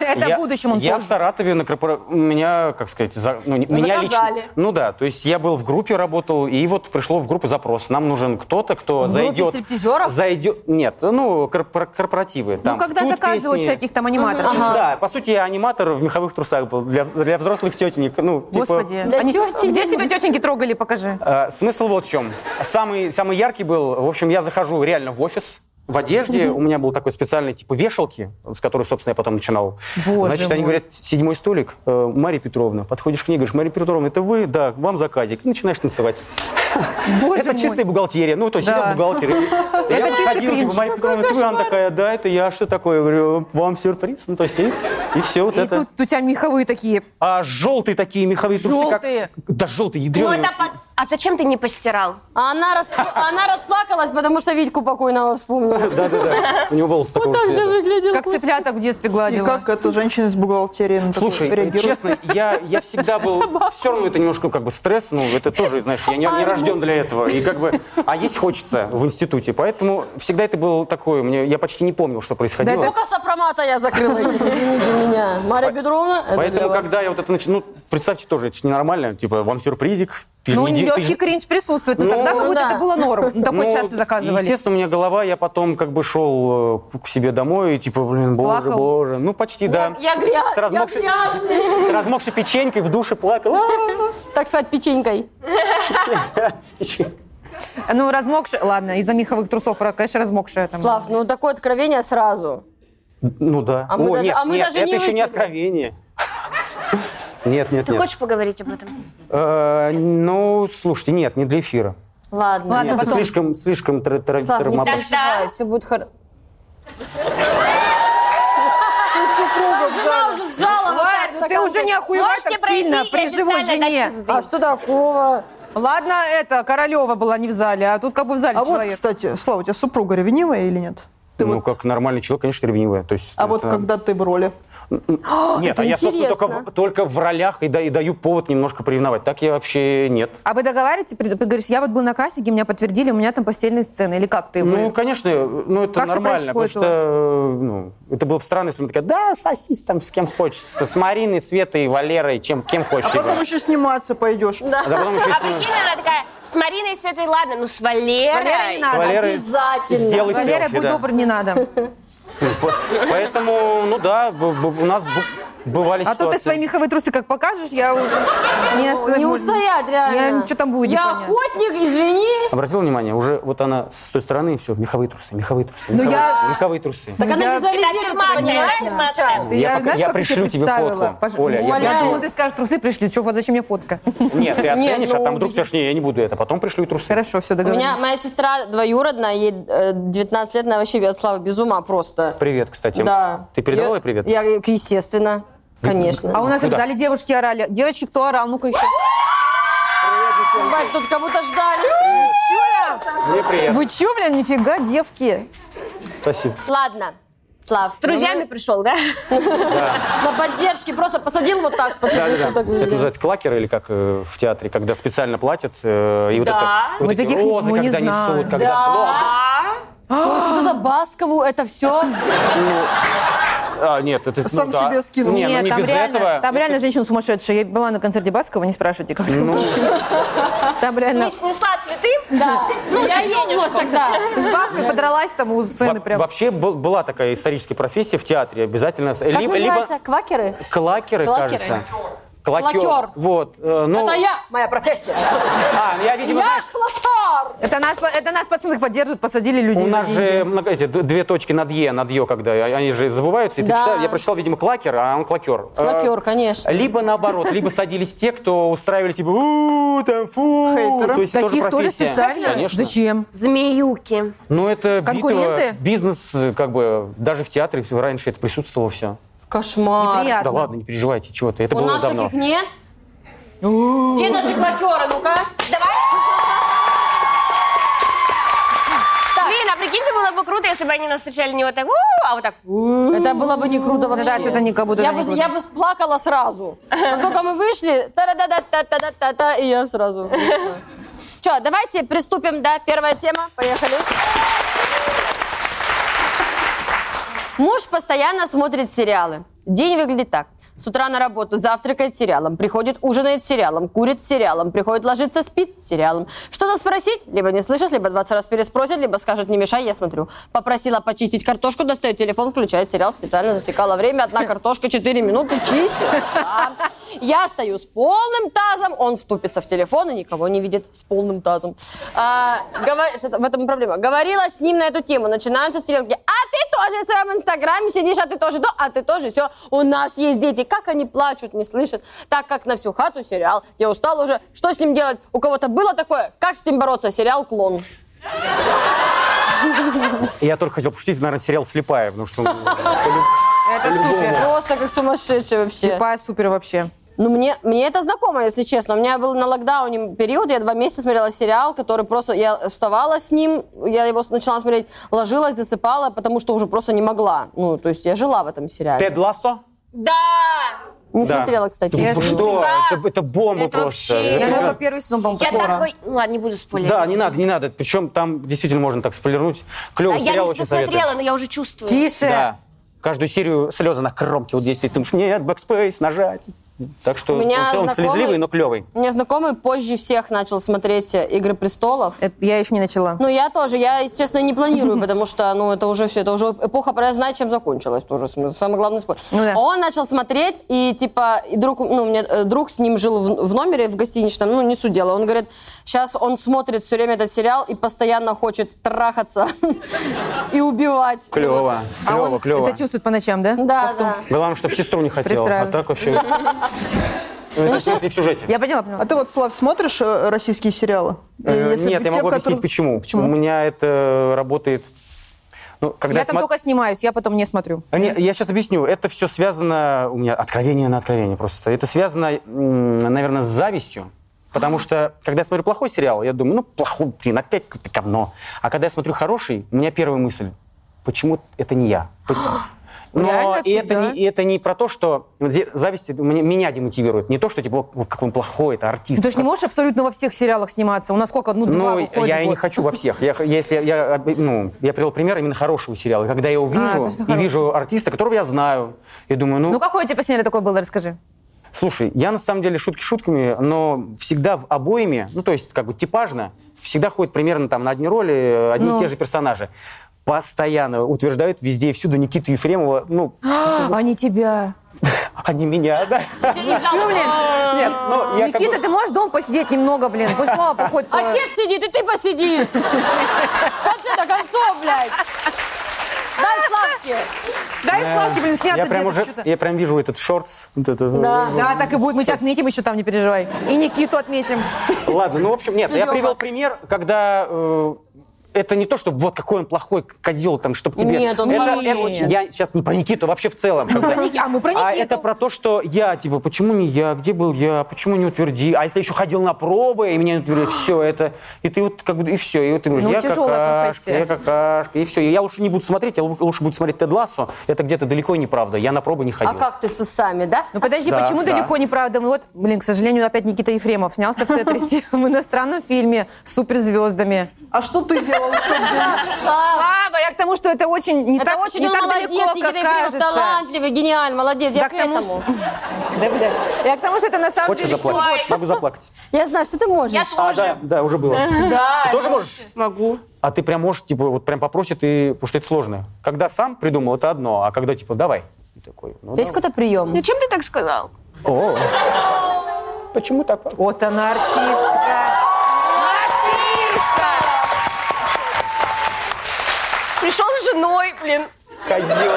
Это я, в будущем он Я позже. в Саратове на корпора- меня, как сказать, за- ну, не- меня заказали. лично. Ну да, то есть я был в группе, работал, и вот пришло в группу запрос. Нам нужен кто-то, кто В группе зайдет. стриптизеров? Зайдет. Нет, ну, корпор- корпоративы. Ну, там когда тут заказывают песни. всяких там аниматоров. Да, по сути, я аниматор в меховых трусах был для, для взрослых тетенек. Ну, типа, Господи. Да Они- тети Где не- тебя тетеньки трогали, покажи. Э, смысл вот в чем. Самый, самый яркий был, в общем, я захожу реально в офис, в одежде. У меня был такой специальный типа вешалки, с которой, собственно, я потом начинал. Боже Значит, они мой. говорят, седьмой столик, э, Мария Петровна. Подходишь к ней, говоришь, Мария Петровна, это вы? Да, вам заказик. И начинаешь танцевать. Боже это мой. чистая бухгалтерия. Ну, то есть Да. я бухгалтер. И Я (laughs) Это чистый Ну, подходил, кринж. типа, Мария Петровна, это вы? Она такая, да, это я. Что такое? Я говорю, вам сюрприз. Ну, то есть и, и все вот И это. тут у тебя меховые такие. А желтые такие меховые трусы, как... Желтые. Да, желтые, Ну, ядреные. это под- А зачем ты не постирал? А она, рас- она расплакалась, потому что Витьку покойного Ну, (laughs) вспомнила. Да-да-да. У него волосы такого же Так же цвета. выглядел. Как цыпляток в детстве И гладила. как эта женщина из бухгалтерии на такое Слушай, реагирует? честно, я, я всегда был... Все равно это немножко как бы стресс, ну, это тоже, знаешь, я не, не рожден для этого. И как бы... А есть хочется в институте, поэтому всегда это было такое, мне, я почти не помнил, что происходило. Сколько сопромата я закрыла этим, извините меня. Мария Петровна, это Поэтому, для вас. когда я вот это начинаю... Ну, представьте тоже, это же ненормально. Типа, вам сюрпризик. ты Ну, не де- ты легкий же- кринж присутствует, но Ну, тогда как будто да. это было норм. Ну, Такой Ну, часто заказывали. Естественно, у меня голова, я потом как бы шел э, к себе домой, и типа, блин, боже, Плакал? боже. Ну, почти, да. Я грязь, С размокшей, я грязный. с размокшей печенькой в душе (laughs) плакал. А, Так сказать, печенькой. печенька. Ну, размокшая, ладно, из-за меховых трусов, ра- конечно, размокшая там. Слав, ну такое откровение сразу. Ну да. А мы даже- а мы даже это не еще не выпили. откровение. (laughs) Нет, нет, Ты нет. хочешь поговорить об этом? Э, Ну, слушайте, нет, не для эфира. Ладно. Ладно, Это потом. слишком, слишком тра- тра- Слав, не травмопо- переживай, все будет хорошо. Жена уже сжала вот Варь, так ну ты стакан. уже не охуевай Можете так сильно, пройти, я приживой специально так жене. пизды. А что такого? Ладно, это, Королева была не в зале, а тут как бы в зале А вот, человек. кстати, Слава, у тебя супруга ревнивая или нет? Ты Ну, вот- как нормальный человек, конечно, ревнивая. То есть, А вот это- (gasps) когда ты в роли? Нет, а я, собственно, только в, интересно. только в ролях и, да- и даю повод немножко поревновать. Так я вообще нет. А вы договариваетесь, при- ты говоришь, я вот был на кастинге, меня подтвердили, у меня там постельные сцены, или как ты? Ну, вы- конечно, ну это Как это нормально, потому происходит что э, ну, это было бы странно, если бы такая, да, сосись там с кем хочешь, со- с Мариной, Светой, Валерой, чем, кем хочешь. А потом играй». еще сниматься пойдешь. А потом еще А с ним- прикинь, она такая, с Мариной все это ладно, ну с С Валерой. Валерой не с надо. Валерой Обязательно. сделай Валерия, селфи, будь да. добр, не (laughs) надо. А По- Поэтому, ну да, б- б- у нас б- бывали А то ты ситуации. свои меховые трусы как покажешь, я уже не остановлюсь. Не устоять реально. Я- что там будет, Я непонятно. охотник, извини. Обратил внимание, уже вот она с той стороны, все, меховые трусы, меховые трусы, Ну, меховые, я- меховые трусы. Так она я- визуализирует, Так, ты понимаешь, эмоция, сейчас. эмоция. Я пока- я как тебе пришлю тебе представила? фотку. Пож- Оля, я я Умоляю. думала, ты скажешь, трусы пришли, что вот зачем мне фотка? (laughs) Нет, ты оценишь, а ну, там вдруг увидишь. скажешь, не, я не буду это, потом пришлю и трусы. Хорошо, все, У договорились. меня моя сестра двоюродная, ей э, 19 лет, она вообще от славы без ума просто. Привет, кстати. Да. Ты передала Я- ей привет? Я, естественно, конечно. А у нас и в Да. зале девушки орали. Девочки, кто орал? Ну-ка еще. Бать, А тут кого-то ждали. Мне приятно. Вы че, блин, нифига, девки? Спасибо. Ладно, Слав. ну, С друзьями пришел, да? На поддержке просто посадил вот так. Да, посадил да, вот да. так. Это называется клакеры или как э, в театре, когда специально платят, э, и вот Да. это, вот Мы эти таких не- розы, мы не когда знаем. несут, когда А? (laughs) То есть вот это Баскову, это все? флаг. А, нет, это ну Сам да. себе скинул. Не, ну не там без реально, этого. Ну. там реально женщина сумасшедшая. Я была на концерте Баскова, не спрашивайте, как это было. Там реально Несла цветы? Да. Ну, я ебнулась тогда. с бабкой подралась там у сцены Во- прям. Вообще был- была такая историческая профессия в театре, обязательно. с- Как либо- либо- называется? Квакеры? Клакеры, Клакеры. кажется. Клокер. Клокер. Вот. э, ну, Это я, моя профессия. А, я, видимо, Я знаешь, клотар. Это нас, это нас пацаны поддержат, посадили людей. у за нас деньги. же много- эти д- две точки над Е, над Ё, когда а- они же забываются. И ты Да. читал, я прочитал, видимо, клакер, а он клокер. Лакер, конечно. Либо наоборот, либо садились те, кто устраивали типа у там фу, Хейтеры. то есть тоже Таких тоже профессия. специально? Конечно. Зачем? Змеюки. Ну это битва, Конкуренты? бизнес, э, как бы даже в театре раньше это присутствовало все. Кошмар. Неприятно. Да ладно, не переживайте, чего ты. Это У было нас давно. таких нет. Где наши клокеры, ну-ка? Давай. Блин, а прикиньте, было бы круто, если бы они нас встречали не вот так, «У-у», а вот так. Это было бы не круто вообще. Да, что-то не как будто я, не бы, круто. я бы плакала сразу. Как только мы вышли, та да да та та та та и я сразу. Че, давайте приступим, да, первая тема, поехали. Муж постоянно смотрит сериалы. День выглядит так. С утра на работу завтракает сериалом, приходит ужинает сериалом, курит сериалом, приходит ложиться спит сериалом. Что-то спросить, либо не слышит, либо 20 раз переспросит, либо скажет, не мешай, я смотрю. Попросила почистить картошку, достает телефон, включает сериал, специально засекала время, одна картошка, 4 минуты, чистит. сам. Я стою с полным тазом, он втупится в телефон и никого не видит с полным тазом. А, говор- с- В этом и проблема. Говорила с ним на эту тему, начинаются стрелки. А ты тоже в своем инстаграме сидишь, а ты тоже то, а ты тоже все. У нас есть дети. Как они плачут, не слышат. Так как на всю хату сериал. Я устал уже. Что с ним делать? У кого-то было такое? Как с ним бороться? Сериал «Клон». Я только хотел пошутить, наверное, сериал «Слепая», потому что... Это супер. Просто как сумасшедший вообще. Тупая супер вообще. Ну, мне, мне это знакомо, если честно. У меня был на локдауне период, я два месяца смотрела сериал, который просто... Я вставала с ним, я его с- начала смотреть, ложилась, засыпала, потому что уже просто не могла. Ну, то есть я жила в этом сериале. Тед Лассо? Да! Не Да. смотрела, кстати. Ну, Я- Что? Это, это бомба Это просто. вообще- Это Я прекрасно. только первый сезон, по-моему, Я скоро. такой... Ну ладно, не буду спойлерить. Да, не надо, не надо. Причем там действительно можно так спойлернуть. А Клевый Я сериал не очень советую. досмотрела, но я уже чувствую. Тише. Да. Каждую серию слезы на кромке. Вот здесь ты думаешь, нет, бэкспейс, нажать. Так что У меня он, он знакомый- слезливый, но клевый. У меня знакомый позже всех начал смотреть э, «Игры престолов». Это я еще не начала. Ну, я тоже. Я, если честно, не (laughs) планирую, потому что, ну, это уже все, это уже эпоха, пора знать, чем закончилась тоже. см- Самый главный спор. Ну да. А Он начал смотреть, и, типа, и друг, ну, у меня э, друг с ним жил в, в номере, в гостиничном, ну, не суть дела. Он говорит, сейчас он смотрит все время этот сериал и постоянно хочет трахаться (laughs) и убивать. Клево, а он клево, клево. это чувствует по ночам, да? Да, да. Главное, чтобы сестру не хотел. А Пристраивается. так вообще... Ну, Это в смысле в сюжете. Я поняла, поняла. А ты вот, Слав, смотришь э, российские сериалы? Э, Если Нет, бы те, я могу в которых- объяснить, почему. У меня это работает... Ну, когда Я там смо- только снимаюсь, я потом не смотрю. А, не, я сейчас объясню. Это все связано... У меня откровение на откровение просто. Это связано, м, наверное, с завистью. А. Потому что, когда я смотрю плохой сериал, я думаю, ну, плохой, блин, опять какое-то говно. А когда я смотрю хороший, у меня первая мысль, почему это (gasps) не я? П- Но Реально и это, всегда? не, и это не про то, что вот зе- зависть мне- меня демотивирует. Не то, что типа, «О, какой он плохой, это артист. Ты же не можешь абсолютно во всех сериалах сниматься. У нас сколько? Ну, два Ну, выходит я в и не год. хочу во всех. Я, х- если я, я, об- ну, я привел пример именно хорошего сериала. И Когда я его то вижу, есть и хороший. вижу артиста, которого я знаю, и думаю, ну, Ну, какой у тебя сериал такой был, расскажи. слушай, я на самом деле шутки шутками, но всегда в обоими, ну, то есть как бы типажно, всегда ходят примерно там на одни роли, э, одни Ну. и те же персонажи. Постоянно утверждают везде и всюду Никиту Ефремова, (gasps) ну, Они тебя. они (laughs) меня, да. Чё, блин? Нет, ну, я как бы- А, Никита, ты можешь дома посидеть немного, блин? Пусть Слава походит по... Отец сидит, и ты (laughs) посиди. В конце-то концов, блядь. Дай славки. Дай Славке, блин, Э, я сняться прям где-то уже, что-то. я прям вижу этот шортс. вот это. Да, так и будет. Мы тебя отметим еще там, не переживай. И Никиту отметим. Ладно, ну, в общем, нет, я Серёга. привел пример, когда э, это не то, что вот какой он плохой козел, там, чтобы тебе... Нет, он это, хороший. это- Я сейчас не про Никиту, вообще в целом. когда- Ники- а мы про А Никиту. это про то, что я, типа, почему не я, где был я, почему не утверди, а если еще ходил на пробы, и меня не (gasps) утвердили, все это, и ты вот как бы, и все, и вот ты Ну, думаешь, я тяжелая какашка, профессия. я какашка, и все, и я лучше не буду смотреть, я лу- лучше буду смотреть Тед Лассо, это где-то далеко и неправда, я на пробы не ходил. А как ты с усами, да? Ну подожди, Да, почему да. далеко неправда? Мы Вот, блин, к сожалению, опять Никита Ефремов снялся в (laughs) Тетрисе в иностранном фильме с суперзвездами. А что ты делал? в тот день? Слава. Слава, я к тому, что это очень не Это так, очень не он так молодец, далеко, Никита как Ефремов, кажется. талантливый, гениаль, молодец, я Да к к тому, этому. что- Да, бля. Я к тому, что это на самом Хочешь деле... заплакать? Ой. Могу заплакать. Я знаю, что ты можешь. Я А, тоже да, да, (laughs) уже было. Да. Тоже можешь? могу. А ты прям можешь, типа, вот прям попросит, и, потому что это сложно. Когда сам придумал, это одно, а когда, типа, давай. И такой, ну, У тебя есть какой-то прием? Зачем ты так сказал? О, почему так? Вот она артистка. Пришел с женой, блин. Козел.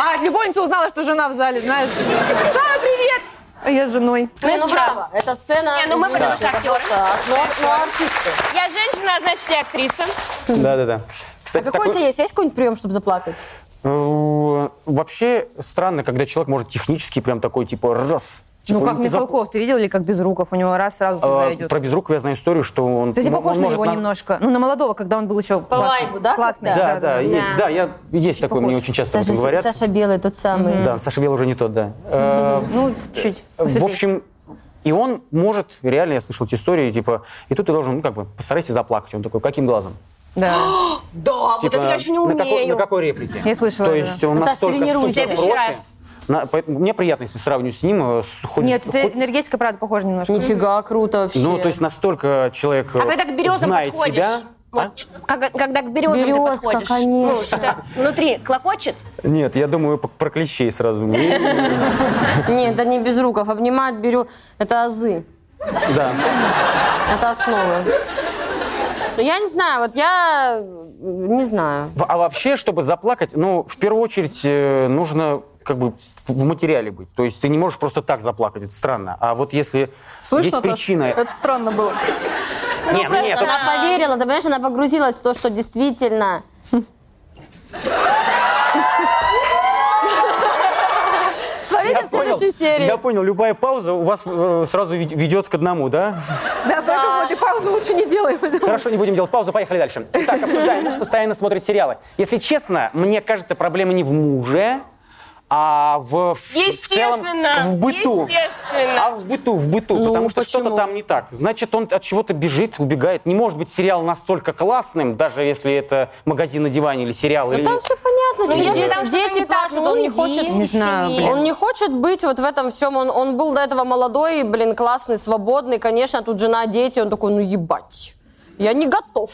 А, любовница узнала, что жена в зале, знаешь. Слава, привет! А я с женой. Не, ну браво, это сцена. Не, ну мы извините, потому что это актеры. просто ак- Ну, ак- ну, артисты. Я женщина, а значит, я актриса. Да-да-да. А Кстати, какой такой- у тебя есть? Есть какой-нибудь прием, чтобы заплакать? Э, Вообще странно, когда человек может технически прям такой, типа, раз. Ну, Типа, как он за- Михалков, ты видел ли, как без руков? У него раз сразу А, слеза идет. Про Безрукова я знаю историю, что он... Кстати, ну, типа похож он на может него на- немножко. Ну, на молодого, когда он был еще По классный. лайбу, да, Классный, Да, да, да, е- да. я, есть такой, мне Похож. очень часто об Даже этом говорят. Саша Белый тот самый. Да, Саша Бел уже не тот, да. Э, Ну, чуть. В посветлее. общем, и он может, реально, я слышал эти истории, типа, и тут ты должен, ну, как бы, постарайся заплакать. Он такой, каким глазом? Да. Да, А вот Типа, это я еще не на какой, на умею. какой реплике? Я слышала, То да. есть он Наташ, настолько тренируйся. супер В следующий профи. раз. На- поэтому мне приятно, если сравнивать с ним. э, с- хоть- Нет, это хоть- энергетика, правда, похожа немножко. Нифига, круто вообще. Ну, то есть настолько человек э, А когда к березам знает подходишь? себя. А? вот, как- когда к березам Березка, ты подходишь. конечно. Ну, что-то внутри клокочет. Нет, я думаю п- про клещей сразу. Не- Нет, это не без руков. Обнимать беру. Это азы. Да. Это основы. Но я не знаю, вот я э, не знаю. В- А вообще, чтобы заплакать, ну, в первую очередь э, нужно как бы в- в материале быть. То есть ты не можешь просто так заплакать, это странно. А вот если Слышно, есть Наташ? причина... Это странно было. Не, ну, нет, Она поверила, ты понимаешь, она погрузилась в то, что действительно... Смотрите в следующую серию. я понял, любая пауза у вас э, сразу вед- ведет к одному, да? Да, поэтому вот и паузу лучше не делай. Хорошо, не будем делать паузу, поехали дальше. Итак, обсуждаем, муж постоянно смотрит сериалы. Если честно, мне кажется, проблема не в муже, а в, в- в целом Естественно, в быту. естественно. А в быту, в быту, Ну, потому что почему? что-то там не так. Значит, он от чего-то бежит, убегает. Не может быть сериал настолько классным, даже если это магазин на диване или сериал. Ну или... там все понятно, Ну, тебе если дети, там что-то дети не так, плачут, ну, он не иди хочет. из Не знаю, семьи. блин. Он не хочет быть вот в этом всем. Он, он был до этого молодой, блин, классный, свободный. Конечно, тут жена, дети. Он такой, ну ебать. Я не готов.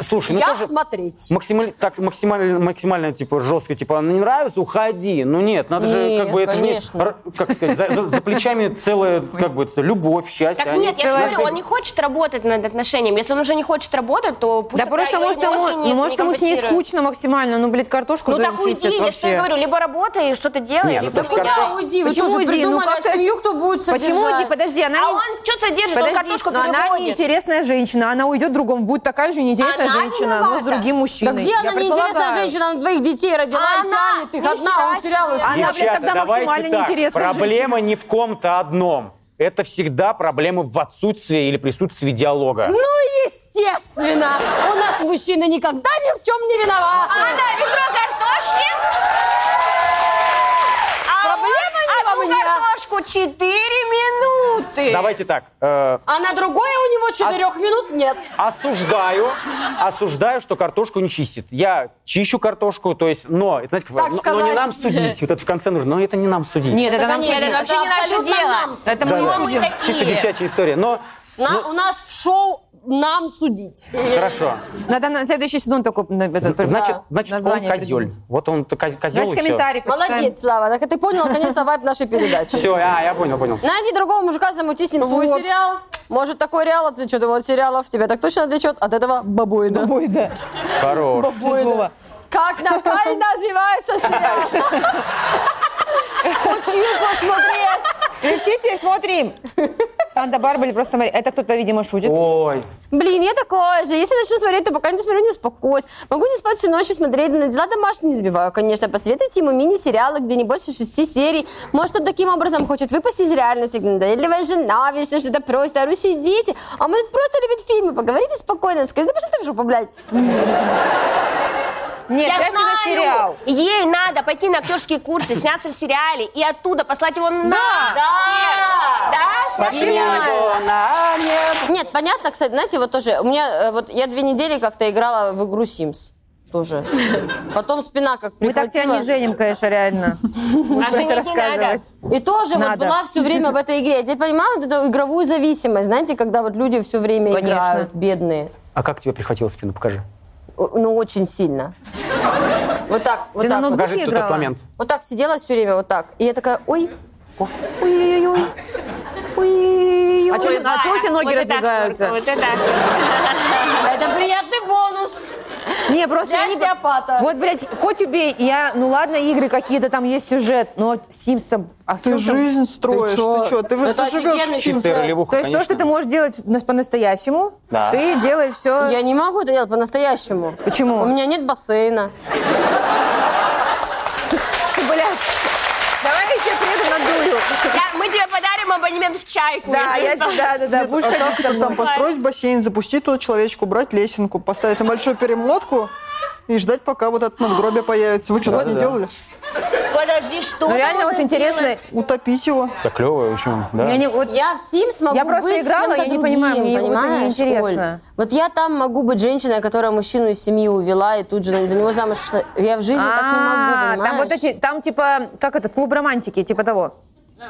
Слушай, ну я тоже смотреть. максималь- так максимально, максимально типа жестко, типа, ну не нравится, уходи. Ну нет, надо же Нет, как бы это же не- конечно. р- как сказать, за, за- за плечами целая как бы это любовь, счастье. Так Они нет, я же целая говорю, он жизнь. не хочет работать над отношениями. Если он уже не хочет работать, то пусть Да тогда просто, его может, мозги не- ему, ну, может, не ему с ней компенсируют. скучно максимально. Ну, блядь, картошку Ну же им так уйди, чистят я что и вообще. говорю, либо работай, и что-то делай, Не, ну либо потому что гуляй. картошка- Куда уйди? Вы Почему тоже уйди? Ну, придумали а как-то- семью, кто будет содержать. Почему уйди? Подожди, она А не- он что содержит? Подожди, он картошку но она переводит. неинтересная женщина, она уйдет другому, будет такая же неинтересная Она женщина, но с виновата. другим Да мужчиной. где Я она неинтересная предполагаю. женщина? Она двоих детей родила Она и тянет их ни одна. а Он хера сериалы себе. смотрит. Она, блядь, Девчата, тогда давайте максимально так, неинтересная Проблема не в ком-то одном. Это всегда проблема в отсутствии или присутствии диалога. Ну, естественно. У нас мужчины никогда ни в чем не виноваты. А она ведро картошки. А Проблема он не во одну мне. картошку 4 минуты. Давайте так. э, А на другое у него А четырех минут нет. осуждаю, осуждаю, что картошку не чистит. Я чищу картошку, то есть, но, это, знаете, как- Так но- но, сказать. не нам судить. Вот это в конце нужно. Но это не нам судить. Нет, это Да, нам конечно, судить. это вообще не наше абсолютно дело. нам судить. Это мы не Кто мы судим. Чисто такие? девчачья история. Но На- Ну. У нас в шоу нам судить. хорошо. Надо на следующий сезон такой на- этот, Значит, Э, да, значит он название козель. придумать. Вот он козел Давайте и все. комментарий почитаем. Молодец, Слава. Так ты понял, конечно, вайб нашей передачи. (laughs) Все, а, я понял, понял. Найди другого мужика, замути с ним свой Вот. сериал. Может, такой реалити, что-то вот сериалов тебя так точно отвлечет от этого бабоина. Ой, да. Хорош. Слово. Как Наталья называется сериал? Хочу посмотреть. Включите и смотрим. Санта-Барбара или просто Мария. Это кто-то, видимо, шутит. Ой. Блин, я такое же. Если начну смотреть, то пока не смотрю, не успокоюсь. Могу не спать всю ночь и смотреть, на дела домашние не забиваю. Конечно, посоветуйте ему мини-сериалы, где не больше шести серий. Может, он таким образом хочет выпасть из реальности, где надоедливая жена, вечно что-то просит, орущие дети. А может, просто любит фильмы, поговорите спокойно, скажите, да пошли ты в жопу, блядь. Нет, Я это знаю, сериал. ей надо пойти на актерские курсы, сняться в сериале и оттуда послать его на... Да. Да, снять сериал. Нет, понятно, кстати, знаете, вот тоже, у меня, э, вот я две недели как-то играла в игру Sims тоже. Потом спина как Мы так тебя прихватила. не женим, (laughs) конечно, реально. Будешь про женить не это рассказывать. И тоже вот Надо. была все время в этой игре. Я теперь понимаю вот эту игровую зависимость, знаете, когда вот люди все время Конечно. играют, бедные. А как тебе прихватило спину? Покажи. О, Ну, очень сильно. Вот так, вот Ты на так. вот. ноутбуке Покажи тот- тот Ну, играла? момент. Вот так сидела все время, вот так. И я такая, ой, ой-ой-ой. А чё- а чего у тебя ноги раздвигаются? Вот это. Это приятный бонус. Не, просто Я я не по- остеопата. Вот, блядь, хоть убей, я, ну ладно, игры какие-то, там есть сюжет, но Sims там... А в Ты чём там- жизнь строишь, ты чё? что? Ты, Это ты живешь офигенный в Sims. Чистая ролевуха, То есть то, что конечно. ты можешь делать на- по-настоящему, Да. ты делаешь все... Я не могу это делать по-настоящему. Почему? У меня нет бассейна. блядь, давай я тебя приеду надую. Я- Мы тебе подарим абонемент в чайку. Да, если я что. тебе, да, да, да, Нет, будешь а ходить как со это мной. там построить бассейн, запустить туда человечку, брать лесенку, поставить на большую перемотку и ждать, пока вот это надгробие появится. Вы что-то не Да-да-да. делали? Подожди, что Ну реально вот интересно, Утопить его. Так клево, в общем, да. я не- вот Я в Sims могу Я просто быть играла, кем-то я не другим, понимаю, мне вот это понимаешь, неинтересно. Оль? Вот я там могу быть женщиной, которая мужчину из семьи увела и тут же на- за него замуж вышла. Я в жизни так не могу, А, понимаешь? Там вот эти, там типа, как это, клуб романтики, типа того.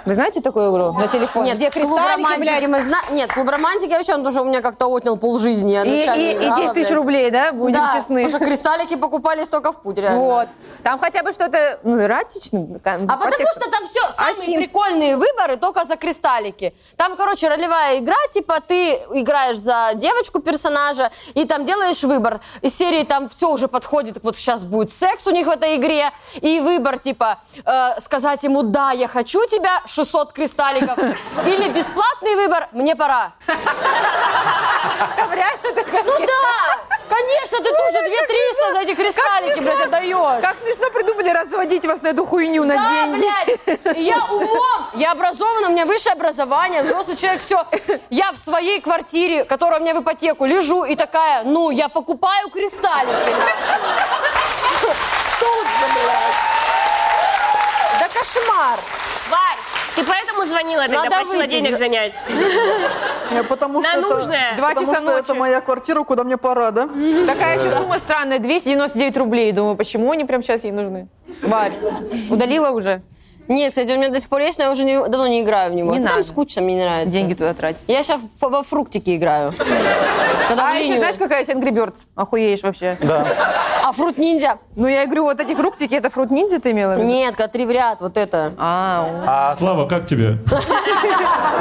Вы знаете такую игру на телефоне? Нет, где клуб кристаллики, романтики блядь, мы зна- Нет, клуб романтики вообще, он тоже у меня как-то отнял полжизни. Я и, ночами и- и играла, 10 тысяч блядь. рублей, да, будем да, честны. потому что кристаллики покупались только в путь, реально. Вот. Там хотя бы что-то, ну, эротичное. А потому что там все, самые А Sims? прикольные выборы только за кристаллики. Там, короче, ролевая игра, типа ты играешь за девочку персонажа и там делаешь выбор. Из серии там все уже подходит, вот сейчас будет секс у них в этой игре, и выбор типа э, сказать ему «да, я хочу тебя», 600 (laughs) кристалликов, или бесплатный выбор «мне пора». там реально такая... Ну да, конечно, ты тоже 2300 за эти кристаллики, блядь, отдаешь. Как смешно придумали разводить вас на эту хуйню на Да, деньги. блядь, я умом, я образована, у меня высшее образование, взрослый человек, все. Я в своей квартире, которая у меня в ипотеку, лежу и такая, ну, я покупаю кристаллики. Тут же, блядь. Да кошмар. Варь, ты поэтому звонила тогда, Надо просила выпить денег же. занять. Я потому На что нужное. Это, Два потому часа что это ночи. моя квартира, куда мне пора, да? Такая еще сумма странная, 299 рублей. Думаю, почему они прям сейчас ей нужны? Варь, удалила уже? Нет, кстати, у меня до сих пор есть, но я уже не- давно не играю в него. Не Это Там надо. скучно, мне не нравится. Деньги туда тратить. Я сейчас во фруктики играю. Когда А в еще линию. знаешь, какая есть Angry Birds? Охуеешь вообще. А фрукт ниндзя? Ну, я говорю, вот эти фруктики, это фрукт ниндзя ты имела? в виду? Нет, когда три в ряд, вот это. А, Слава, как тебе?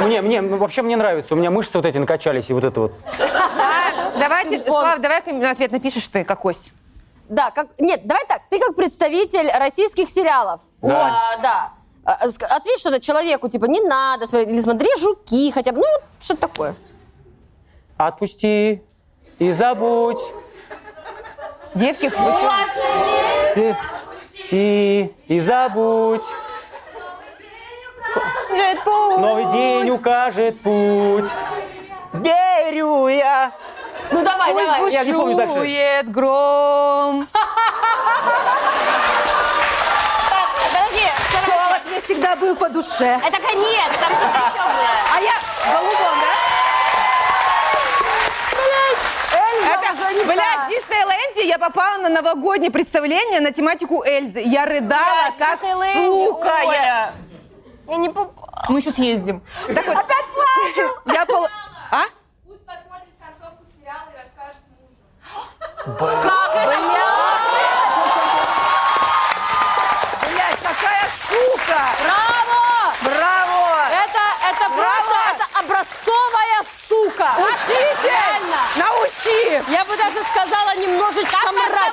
(laughs) Мне, мне, ну, вообще мне нравится. У меня мышцы вот эти накачались, и вот это вот. о. давайте, Слав, давай ответ напишешь ты, какось. Да, как... Нет, давай так. Ты как представитель российских сериалов. Да. А, да. А, ск- Ответь что-то человеку, типа, не надо смотреть, или смотри «Жуки» хотя бы, ну, вот что-то такое. Отпусти и забудь. Девки, вы чё? И, и, и забудь. Новый день укажет путь. Верю я. Ну, давай, давай. Я не помню дальше. Бушует (laughs) гром. Подожди, Холод мне всегда был по душе. это конец, там что-то еще было. А я голубом, да? Это, блядь, в Диснейленде я попала на новогоднее представление на тематику Эльзы. Я рыдала, Блядь, как Диснейленде, сука. Я... Оля. Я не поп- Мы еще съездим. Так вот, Опять плачу. (laughs) я пол... А? Пусть посмотрит концовку сериала и расскажет мужу. Блядь, какая сука! Браво! Браво! Это, это просто, это образцовая сука. Учитель! Реально. Научи! Я бы даже сказала немножечко мразь.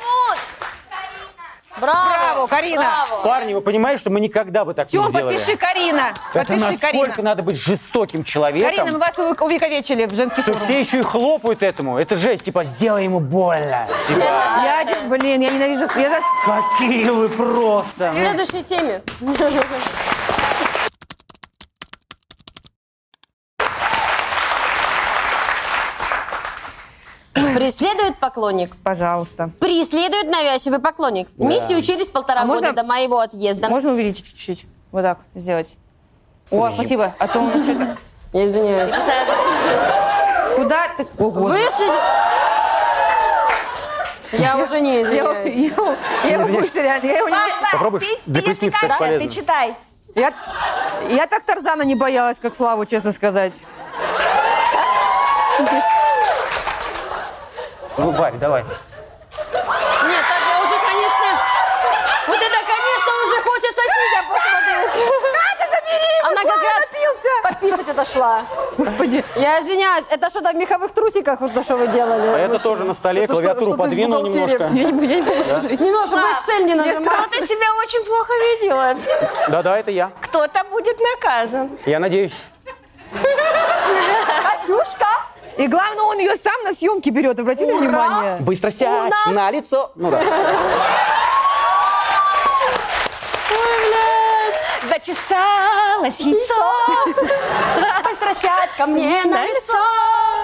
Браво. Браво, Карина. Браво. Парни, вы понимаете, что мы никогда бы так не Тём, сделали? подпиши Карина. Это Подпиши Карина. насколько надо быть жестоким человеком, Карина, ну мы вас уве- увековечили в женский что форум. все еще и хлопают этому. Это жесть, типа, сделай ему больно. Типа, Я один, блин, я ненавижу. Я за... какие вы просто. К следующей теме. Преследует поклонник. Пожалуйста. Преследует навязчивый поклонник. Вместе учились полтора А года можно- до моего отъезда. Можно увеличить чуть-чуть? Вот так сделать. О, спасибо. А то у нас что-то... Я извиняюсь. Куда ты? О, господи. Выследит... Я уже не Я, я, извиняюсь. я его больше реально- я его не Варь, могу- Варь, Попробуй ты- для ты поясниц, читай, кстати, полезно. Ты читай. Я, я так Тарзана не боялась, как Славу, честно сказать. Ну, Варь, давай. Нет, так я уже, конечно... Вот это, конечно, уже хочется сидя посмотреть. Катя, забери его, Она как Слава раз напился! По- писать отошла. Господи, Я извиняюсь, это что там в меховых трусиках, вот то, что вы делали? А это тоже на столе, Это что- клавиатуру что-то из подвинул бухгалтерии. немножко. Немножко бы Excel не нажимал. Кто-то себя очень плохо ведет. Да-да, это я. Кто-то будет наказан. Я надеюсь. Катюшка! И главное, он ее сам на съемки берет, обратили внимание? Быстро сядь на лицо. Ну да. Зачесалось яйцо. Быстро сядь ко мне на лицо!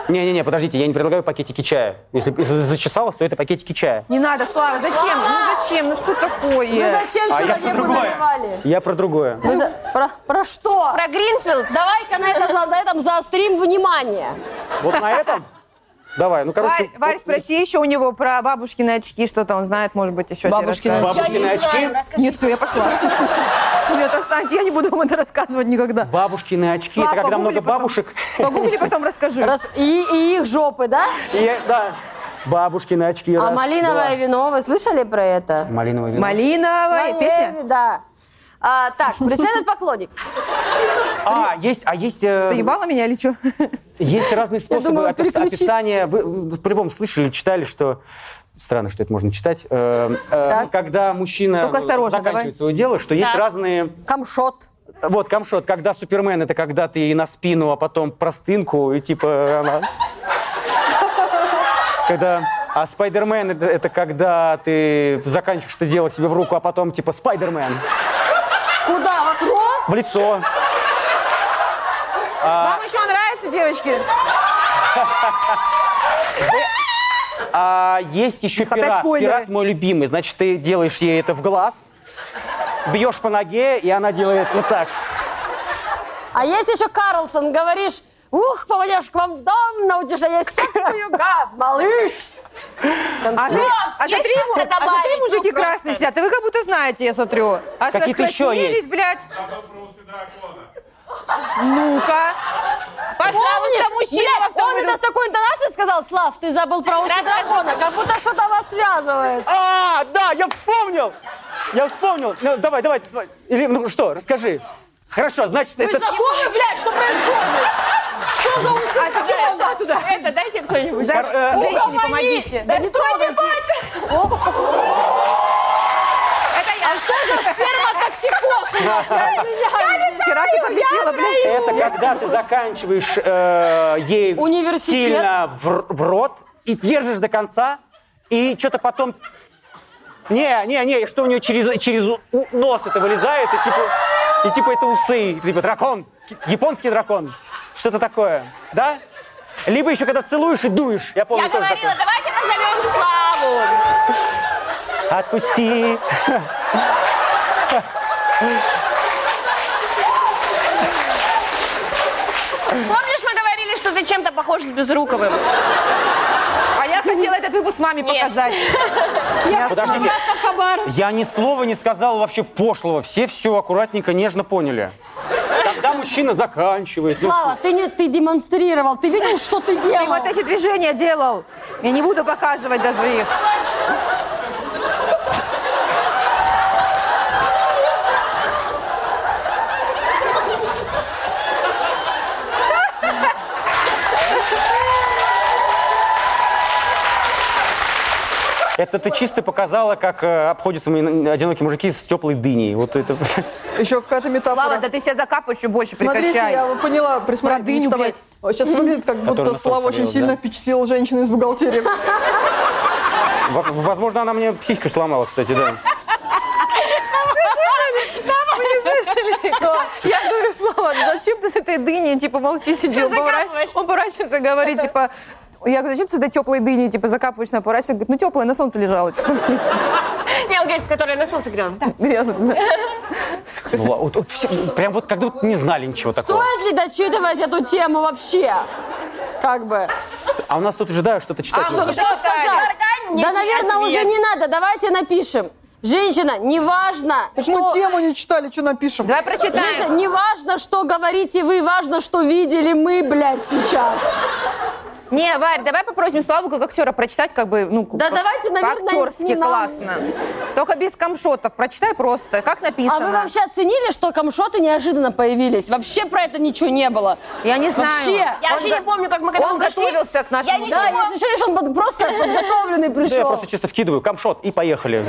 Не-не-не, подождите, я не предлагаю пакетики чая. Если б зачесалось, то это пакетики чая. Не надо, Слава, зачем? Ну зачем? Ну что Ну такое? зачем А человеку наливали? Я про другое. Вы за- Про, про что? Про Гринфилд. Давай-ка на, это, за- на этом заострим внимание. Вот на этом? Давай, ну короче. Варь, Варь, спроси еще у него про бабушкины очки, что-то он знает, может быть, еще тебе Бабушкины расскажет. Бабушкины очки. Нет, все, я пошла. (laughs) Нет, останьте, я не буду вам это рассказывать никогда. Бабушкины очки. Слава, Это когда погугли много потом. бабушек. Погугли, потом расскажу. Раз- и, и их жопы, да? И я- да. Бабушкины очки. А раз, малиновое два. вино, вы слышали про это? Малиновое вино. Малиновая Малеве- песня? Да. А, так, преследует поклонник. А, есть, а есть, э, Поебала меня или что? есть разные способы думала, опис- переключи. описания. Вы э, по-любому слышали, читали, что... Странно, что это можно читать. Э, э, когда мужчина Только осторожно, заканчивает давай. свое дело, что есть разные... Камшот. Вот, камшот, когда Супермен, это когда ты и на спину, а потом простынку, и типа она... Когда... А Спайдермен это, это когда ты заканчиваешь что дело себе в руку, а потом типа Спайдермен Куда? В окно? в лицо. Вам еще нравится, девочки? А есть еще Их опять пират. спойлеры. Пират мой любимый. Значит, ты делаешь ей это в глаз, бьешь по ноге, и она делает вот так. А есть еще Карлсон, говоришь, ух, попадешь к вам в дом, научишь есть всякую гад, (laughs) малыш. А за, а за есть три, что му- а за добавить? три Ну, мужики просто. красные сидят, а вы как будто знаете, я смотрю. Аж Какие-то еще раскраснелись, есть. блядь. Ну-ка. Пошла вот Помнишь, там мужчина блядь, в он автомобиле. это с такой интонацией сказал, Слав, ты забыл про усы дракона, как будто что-то вас связывает. А, да, я вспомнил! Я вспомнил! Ну, давай, давай, давай. Или, ну что, расскажи. Хорошо, значит, Вы это... э, знакомы, блядь, что происходит? Что за усы А ты чего пошла туда? Это дайте кто-нибудь. Да, Кор- э, Женщине помогите. Да не трогайте! А что за сперматоксикоз у нас? Я (laughs) извиняюсь. Хера ты подлетела, блядь. Это когда ты заканчиваешь э, ей Университет. сильно в, р- в рот и держишь до конца, и что-то потом... Не, не, не, и что у нее через, через у- нос это вылезает, и типа, и типа это усы, и типа дракон, ки- японский дракон, что-то такое, да? Либо еще когда целуешь и дуешь, я помню Я тоже говорила, давайте позовем Славу. такое. Отпусти. Помнишь, мы говорили, что ты чем-то похож с Безруковым? А я хотела этот выпуск маме показать. Я Подождите, Обратно в Хабаровск. Я ни слова не сказал вообще пошлого. Все все аккуратненько, нежно поняли. Когда мужчина заканчивает. ну, Слава, ты, не, ты демонстрировал, ты видел, что ты делал? вот эти движения делал. Я не буду показывать даже их. это ты чисто показала, как э, обходятся мои одинокие мужики с теплой дыней. Вот это... (laughs) блядь. Еще какая-то метафора. Слава, да ты себя закапываешь еще больше, Смотрите, прекращай. я поняла, присмотрите, Про дыню, Сейчас выглядит, как Которую будто на Слава солнце очень грела, сильно да. впечатлила женщину (laughs) из бухгалтерии. Во- Возможно, она мне психику сломала, кстати, да. Я говорю, Слава, ну зачем ты с этой дыней, типа, молчи, сиди, он закапываешь? повора- он поворачивается, говорит, типа, я говорю, зачем ты с этой теплой дыней, типа, закапываешься, поворачиваешься, говорит, ну теплая, на солнце лежала, типа, Не, он говорит, которая на солнце грелась. Да. грязно. Ну, ла- вот- вот все- Прям вот как будто не знали ничего такого. Стоит ли дочитывать эту тему вообще? Как бы. А у нас тут уже, да, что-то читать. что-то нужно. Что сказать? Да, Орган- нет, наверное, ответ. уже не надо. Давайте напишем. Женщина, неважно, Так что... мы тему не читали, что напишем? Давай прочитаем. Женщина, неважно, что говорите вы, важно, что видели мы, блядь, сейчас. Не, Варь, давай попросим Славу как актера прочитать, как бы, ну, Да как- давайте, наверное, по-актерски не нам. классно. Только без камшотов. Прочитай просто, как А написано. вы вообще оценили, что камшоты неожиданно появились? Вообще про это ничего не было. Я не знаю. Вообще. Я вообще не помню, как мы к этому Он пришли. готовился к нашему Я не Да, Ничего. есть ощущение, что он просто подготовленный Да я пришел. просто чисто вкидываю, камшот, и поехали.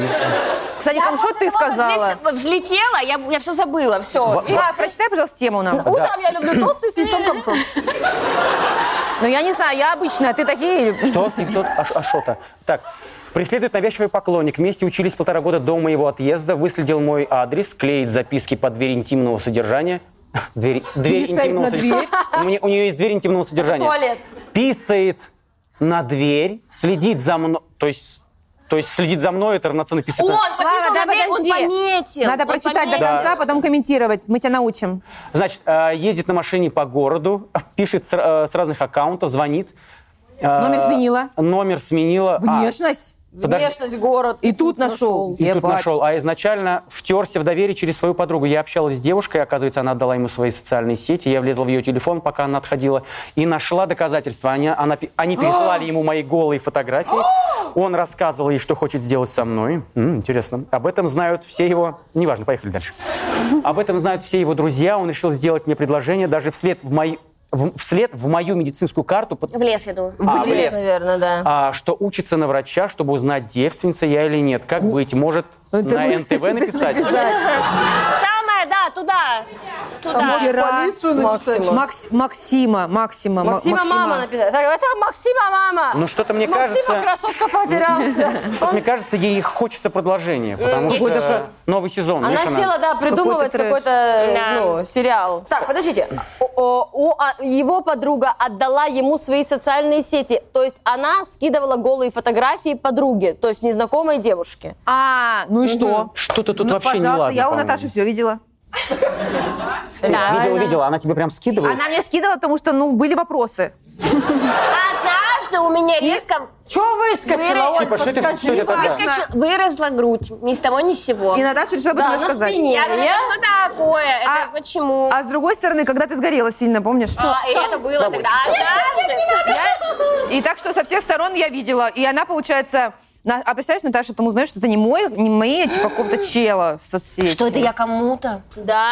Кстати, камшот ты сказала. Взлетела, я, я все забыла, все. Слава, прочитай, пожалуйста, тему нам. Утром я люблю тосты с яйцом камшот. Ну, я не знаю, я обычная, ты такие... Что? 700 Аш- Ашота. Так. Преследует навязчивый поклонник. Вместе учились полтора года до моего отъезда. Выследил мой адрес, клеит записки под дверь интимного содержания. Дверь, дверь Писает интимного на содержания. У, меня- у нее есть дверь интимного содержания. туалет. Писает на дверь, следит за мной. То есть, то есть следит за мной, это равноценно писать. О, на- он подписал да, на дверь, он подожди. пометил. Надо он прочитать до пометил. конца, потом комментировать. Мы тебя научим. Значит, э, ездит на машине по городу, пишет с, ра- э, с разных аккаунтов, звонит. Э, Номер сменила. Номер сменила. А, Внешность. подожди. Внешность, город. И тут нашел. И тут Ебать. нашел. А изначально втерся в доверие через свою подругу. Я общалась с девушкой, оказывается, она отдала ему свои социальные сети. Я влезла в ее телефон, пока она отходила, и нашла доказательства. Они, она, пи- они переслали ему мои голые фотографии. Он рассказывал ей, что хочет сделать со мной. М, интересно. Об этом знают все его... Неважно, поехали дальше. Об этом знают все его друзья. Он решил сделать мне предложение даже вслед в мои... в- вслед в мою медицинскую карту под- В лес, я думаю. а, в лес. наверное, да. А, что учится на врача, чтобы узнать, девственница я или нет. Как быть? Может, на НТВ написать? Самое, да, туда. Туда. Может, Вчера полицию написать? Максима. Макс- Максима, Максима, Ма- Максима, мама написала. Так, Это Максима мама. Ну, что-то мне Максима кажется- кроссовка (laughs) потерялся. Что-то, мне кажется, ей хочется продолжения, потому что такое- новый сезон. Она видишь, села, да, придумывать Какой-то какой-то ну, сериал. Так, подождите. О- о- у- а, его подруга отдала ему свои социальные сети. То есть она скидывала голые фотографии подруге, то есть незнакомой девушке. А, ну и что? Что-то тут Ну, вообще не пожалуйста, ладно. я у Наташи все видела. Видела, видела, она тебе прям скидывает. Она мне скидывала, потому что, ну, были вопросы. Однажды у меня резко Че выскочила? Оль, Типа, что тебе- что тебе подскочила. тогда? выскочил- выросла грудь. Ни с того, ни с сего. И Наташа решила об этом Да, на рассказать. спине. Я говорю, Я- «Это что такое? А- Это почему? А с другой стороны, когда ты сгорела сильно, помнишь? А, и это было тогда. Однажды. Я- И так что со всех сторон я видела. И она, получается... на- А представляешь, Наташа, потом узнаешь, что это не мой, не мои, а типа какого-то чела в соцсети. Что это я кому-то? Да.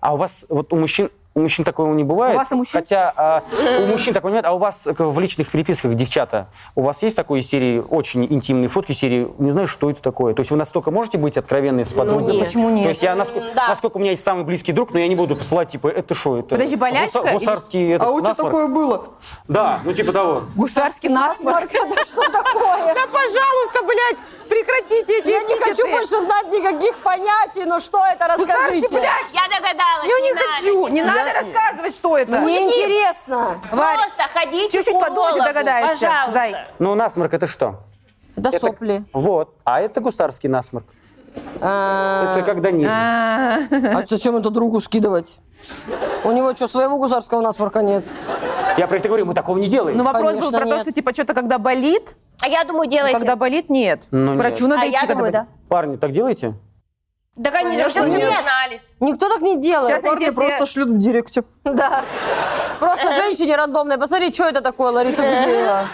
А у вас, вот у мужчин, у мужчин такого не бывает? У вас и мужчин? Хотя а, у мужчин такого нет, а у вас э, в личных переписках, девчата, у вас есть такой из серии очень интимные фотки, из серии «Не знаю, что это такое». То есть вы настолько можете быть откровенны с подругой? Ну, нет. Почему нет? То есть я, насколько, да. насколько у меня есть самый близкий друг, но я не буду посылать, типа, это что, это... Подожди, болячка гуса- Гусарский этот А у тебя насморк? такое было? Да, ну типа того. Гусарский насморк. Это что такое? Да, пожалуйста, блядь, прекратите эти Я не эпитеты. хочу больше знать никаких понятий, но что это, Гусарский, расскажите. блядь, Я догадалась. я не надо. хочу. Не надо рассказывать, что это. Мне интересно. Варь, Просто ходите чуть-чуть к подумай, урологу, ты догадаешься. Пожалуйста. Зай. Ну насморк это что? Да Это- сопли. Вот, а это гусарский насморк. Это когда ниже. А зачем это другу скидывать? У него что, своего гусарского насморка нет? Я про это говорю, мы такого не делаем. Ну, вопрос Конечно, был про нет. то, что, типа, что-то, когда болит, А я думаю, делайте. когда болит, нет. Ну, К Врачу А надо идти, я когда думаю, болит. да. Парни, так делаете? Да, конечно, сейчас не нет. узнались. Никто так не делает. Сейчас Парни эти все- просто шлют в директе. Да. Э. Просто женщине рандомной. Посмотри, что это такое, Лариса Гузеева.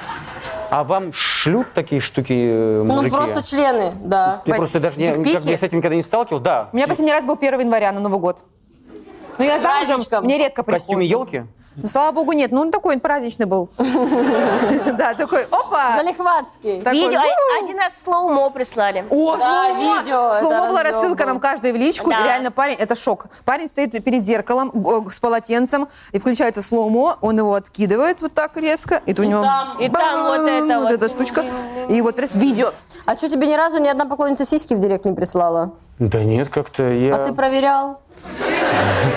А вам шлют такие штуки э, Ну, мужики? просто типа члены, да. Ты просто даже не, Дикпики? как бы я с этим никогда не сталкивал, да. У меня И последний раз был 1 января на Новый год. Ну, я замужем, праздничком. мне редко в костюме приходит. елки? Ну, слава богу, нет. Ну, он такой, он (laughs) праздничный был. Да, такой, опа! Залихватский. Такой, Видео, «Уу!» а- один раз слоумо прислали. О, Да, слоумо! видео, это Слоумо была разъем рассылка был. нам каждой в личку. И Да. Реально, парень, это шок. Парень стоит перед зеркалом г- г- с полотенцем, и включается слоумо, он его откидывает вот так резко, и тут у него... там, и там вот это бам, вот. эта штучка. И вот раз- видео. А что тебе ни разу ни одна поклонница сиськи в директ не прислала? Да нет, как-то я... А ты проверял?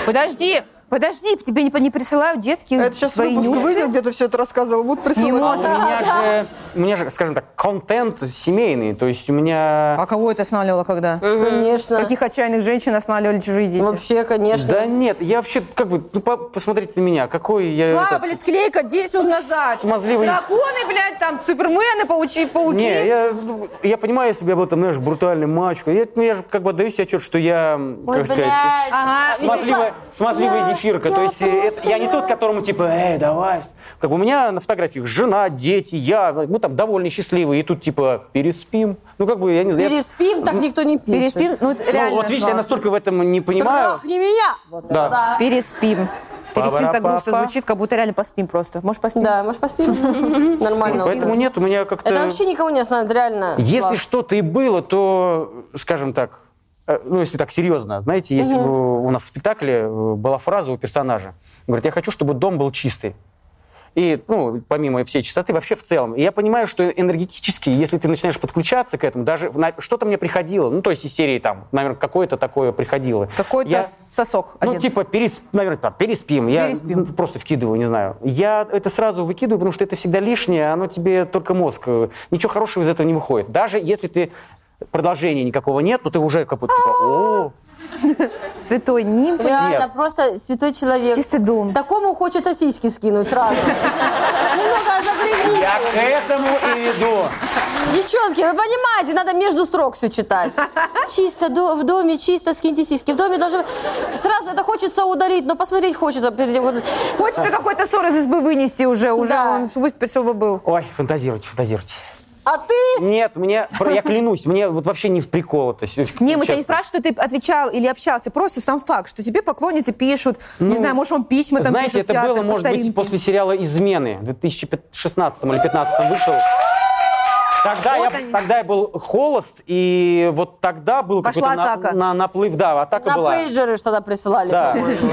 Подожди, подожди, тебе не, не присылают девки Это сейчас свои выпуск нюцы? выйдет, где ты все это рассказывал. Вот Не А у может. присылай. меня же, у меня же, скажем так, контент семейный, то есть у меня... А кого это останавливало когда? Э? Конечно. Каких отчаянных женщин останавливали Ну, чужие дети? Вообще, конечно. Да нет, я вообще, как бы, ну, по- посмотрите на меня, какой я... Слава, этот- блядь, склейка 10 минут назад. Смазливый. Драконы, блядь, там, цибермены, паучи, пауки. Не, я, ну, я понимаю, если бы я был там, знаешь, брутальным мачкой. Я, ну, я же как бы отдаю себе отчет, что я, м, как сказать, блядь. с- Ага, смазливая, смазливая кефирка. то есть э, это- я не тот, которому типа, эй, давай. Как бы у меня на фотографиях жена, дети, я, мы там довольно счастливые, и тут типа переспим. Ну как бы я не знаю. я- Переспим, так никто не пишет. Переспим? Ну, это Ну, реально. вот видишь, я жестко. настолько в этом не понимаю. Трахни меня! Да. Переспим. Переспим так грустно Пара-па-па. звучит, как будто реально поспим просто. Может, поспим? Да, может, (laughs) поспим? Нормально. Поэтому нет, у меня как-то... Это вообще никого не остановит, реально. Если Слав. что-то и было, то, скажем так, э, ну, если так серьезно, знаете, если бы у нас в спектакле э, была фраза у персонажа, он говорит, я хочу, чтобы дом был чистый. И, ну, помимо всей чистоты, вообще в целом. И я понимаю, что энергетически, если ты начинаешь подключаться к этому, даже на- что-то мне приходило, ну, то есть из серии там, наверное, какое-то такое приходило. Какой-то Я- сосок ну, один. типа, перес... наверное, там, переспим. Я Переспим. ну, просто вкидываю, не знаю. Я это сразу выкидываю, потому что это всегда лишнее, оно тебе только мозг. э, Ничего хорошего из этого не выходит. Даже если ты продолжения никакого нет, но ты уже как будто типа, о, Святой нимф. Реально, Нет. просто святой человек. Чистый дом. Такому хочется сиськи скинуть (laughs) сразу. Немного загрязнить. я к этому и веду. Девчонки, вы понимаете, надо между строк все читать. Чисто до- в доме, чисто скиньте сиськи. В доме должно быть... Сразу это хочется удалить, но посмотреть хочется. перед тем, как- Хочется какой-то ссор из избы вынести уже, уже Да. он чтобы всё бы был. Ой, фантазируйте, фантазируйте. А ты? Нет, мне, про- я клянусь, мне вот вообще не в прикол это. с- Не, мы тебя не честно. спрашивают, что ты отвечал или общался, просто сам факт, что тебе поклонницы пишут, не Ну, знаю, может, он письма там Знаете, пишет в это театр было, по может старинке. быть, после сериала «Измены» в 2016 или 2015 вышел. Тогда, Вот я, они. тогда я был холост, и вот тогда был Пошла какой-то на- атака. на- наплыв, да, атака На была. пейджеры что-то присылали. Да. по-моему.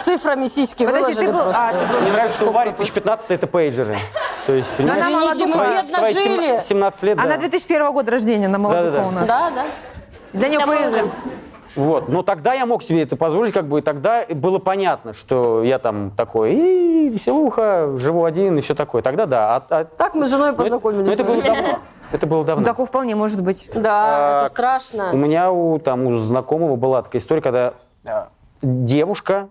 Цифрами сиськи Подожди, ты выложили был... А, просто. ты был- Мне нравится, что у Вари 2015 это пейджеры. То есть, Ну, она понимаешь, Извините, мы молодуха. бедно свои сем- жили. 17 лет, Она да. 2001 года рождения, она молодуха Да-да-да. у нас. Да, да. Для нее мы поэзия. уже. Вот. Но тогда я мог себе это позволить, как бы, и тогда было понятно, что я там такой, и веселуха, живу один, и все такое. Тогда да. А- а- Так мы с женой ну, это- познакомились. ну, это было давно. Это было давно. ну, Такого вполне может быть. Да, это Так. страшно. У меня у, там, у знакомого была такая история, когда э, девушка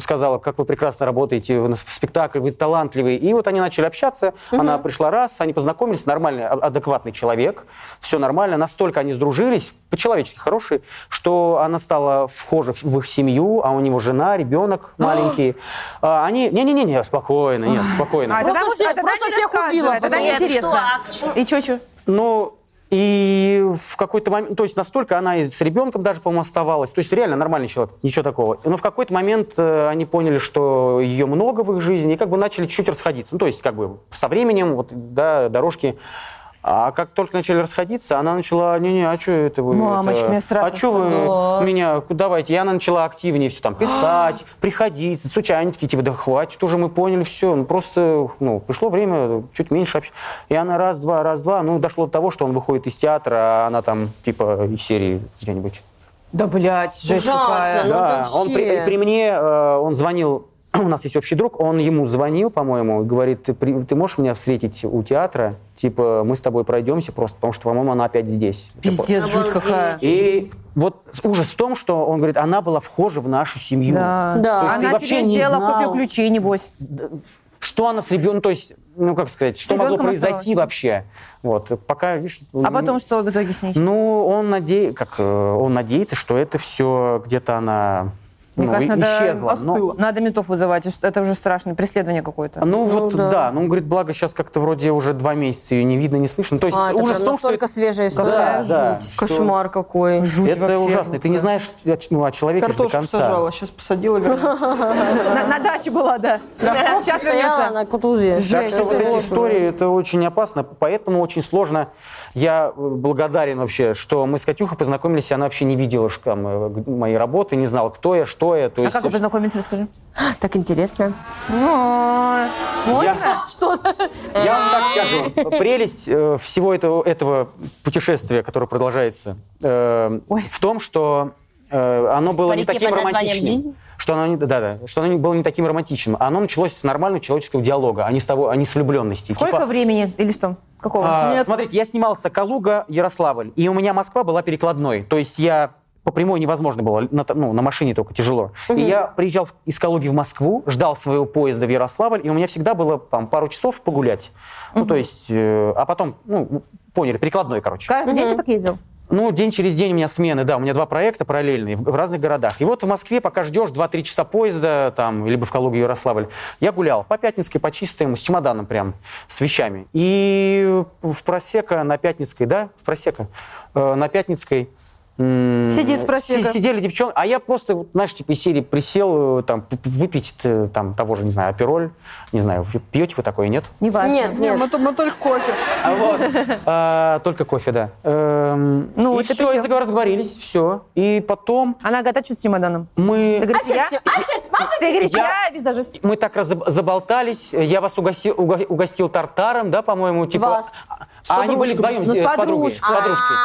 сказала, как вы прекрасно работаете в, нас- в спектакле, вы талантливые. И вот они начали общаться, она пришла раз, они познакомились, нормальный, а- адекватный человек, все нормально, настолько они сдружились, по-человечески хорошие, что она стала вхожа в их семью, а у него жена, ребенок маленький. А Они, не-не-не, спокойно, нет, спокойно. А, тогда Просто вот- всех- а тогда просто не всех рассказывай, убила, Тогда потому что- неинтересно. А к чему? И чё, чё? Ну, и в какой-то момент, то есть настолько она и с ребенком даже, по-моему, оставалась, то есть реально нормальный человек, ничего такого. Но в какой-то момент э, они поняли, что ее много в их жизни, и как бы начали чуть расходиться. Ну, то есть как бы со временем, вот, да, дорожки... А как только начали расходиться, она начала, не-не, а что это вы? Мамочка, это, мне страшно А что вы меня, ку- давайте. И она начала активнее все А. там писать, приходить, случайно такие, типа, да хватит уже, мы поняли все. Ну, просто, ну, пришло время чуть меньше общаться. И она раз-два, раз-два, ну, дошло до того, что он выходит из театра, а она там, типа, из серии где-нибудь. Да, блядь, жесть Ужасно. какая. Ну, Да, это он при, вообще. при мне, э, он звонил, (clears throat) у нас есть общий друг, он ему звонил, по-моему, и говорит, ты, при- ты можешь меня встретить у театра? Типа, мы с тобой пройдемся просто, потому что, по-моему, она опять здесь. Типа, Пиздец, жуть Обалдеть. какая. И вот ужас в том, что он говорит, она была вхожа в нашу семью. Да. Да. То есть ты Она вообще себе не сделала знал, копию ключей, небось. А Что она с ребенком, то есть, ну как сказать, что могло ребенком произойти осталось. вообще? Вот, пока, видишь... А потом что в итоге с ней? Ну, он, наде... как, э, он надеется, что это все где-то она Мне ну, кажется, и- надо, исчезла. Но- остыло. надо ментов вызывать, это- это уже страшно, преследование какое-то. Ну, вот да. ну он говорит, благо сейчас как-то вроде уже два месяца ее не видно, не слышно. То есть А, это ужас в прям том, что настолько это, свежая да, история. да, что Кошмар какой. Жуть это вообще. ужасно. И Ты не знаешь ну, о человеке же до Картошку конца. сажала, сейчас посадила, вернула. На, на даче была, да. Сейчас Стояла вернется. на кутузе. Так что вот эти истории, это очень опасно, поэтому очень сложно. Я э, благодарен вообще, что мы с Катюхой познакомились, и она вообще не видела ж там, э, г- моей работы, не знала, кто я, что я. То А есть, как вы познакомились, расскажи. Так интересно. Ну, (laughs) Можно? Я вам так скажу. Прелесть э, всего этого, этого путешествия, которое продолжается, э, в том, что э, оно было По не реке таким под названием романтичным. «Жизнь»? Что оно, не, да, да, что оно не было не таким романтичным. Оно началось с нормального человеческого диалога, а не с, того, а не с влюбленности. Сколько времени или что? Какого? А, Смотрите, я снимался Калуга, Ярославль, и у меня Москва была перекладной. То есть я по прямой невозможно было, на, т- ну, на машине только тяжело. И я приезжал в- из Калуги в Москву, ждал своего поезда в Ярославль, и у меня всегда было там, пару часов погулять. Ну, то есть, э, а потом, ну, поняли, перекладной, короче. Каждый день ты так ездил? Ну, день через день у меня смены, да, у меня два проекта параллельные в в разных городах. И вот в Москве пока ждешь 2-3 часа поезда, там, либо в Калугу, Ярославль. Я гулял по Пятницкой, по Чистому, с чемоданом прям, с вещами. И в Просека на Пятницкой, да, в Просека, э, на Пятницкой м, Сидит с Просека. си- Сидели девчонки, а я просто, вот, знаешь, типа из серии присел, э, там, п- п- выпить э, там того же, не знаю, апероль, не знаю, п- пьете вы такое, нет? Неважно. Нет, Не, нет. мы, тут- мы только кофе. А вот, а, только кофе, да. Ну, Ну, и вот ты все, и присел. заговор- разговорились, все. И потом Она говорит, а что с чемоданом? Ты мы, говоришь, я? Отец, отец, мама, Ты говоришь, Я- я визажист. мы так раз заболтались, я вас угостил, уго- угостил тартаром, да, по-моему, типа... Вас. А они были вдвоем Ну, с э, с подругой. С подружкой. подружкой.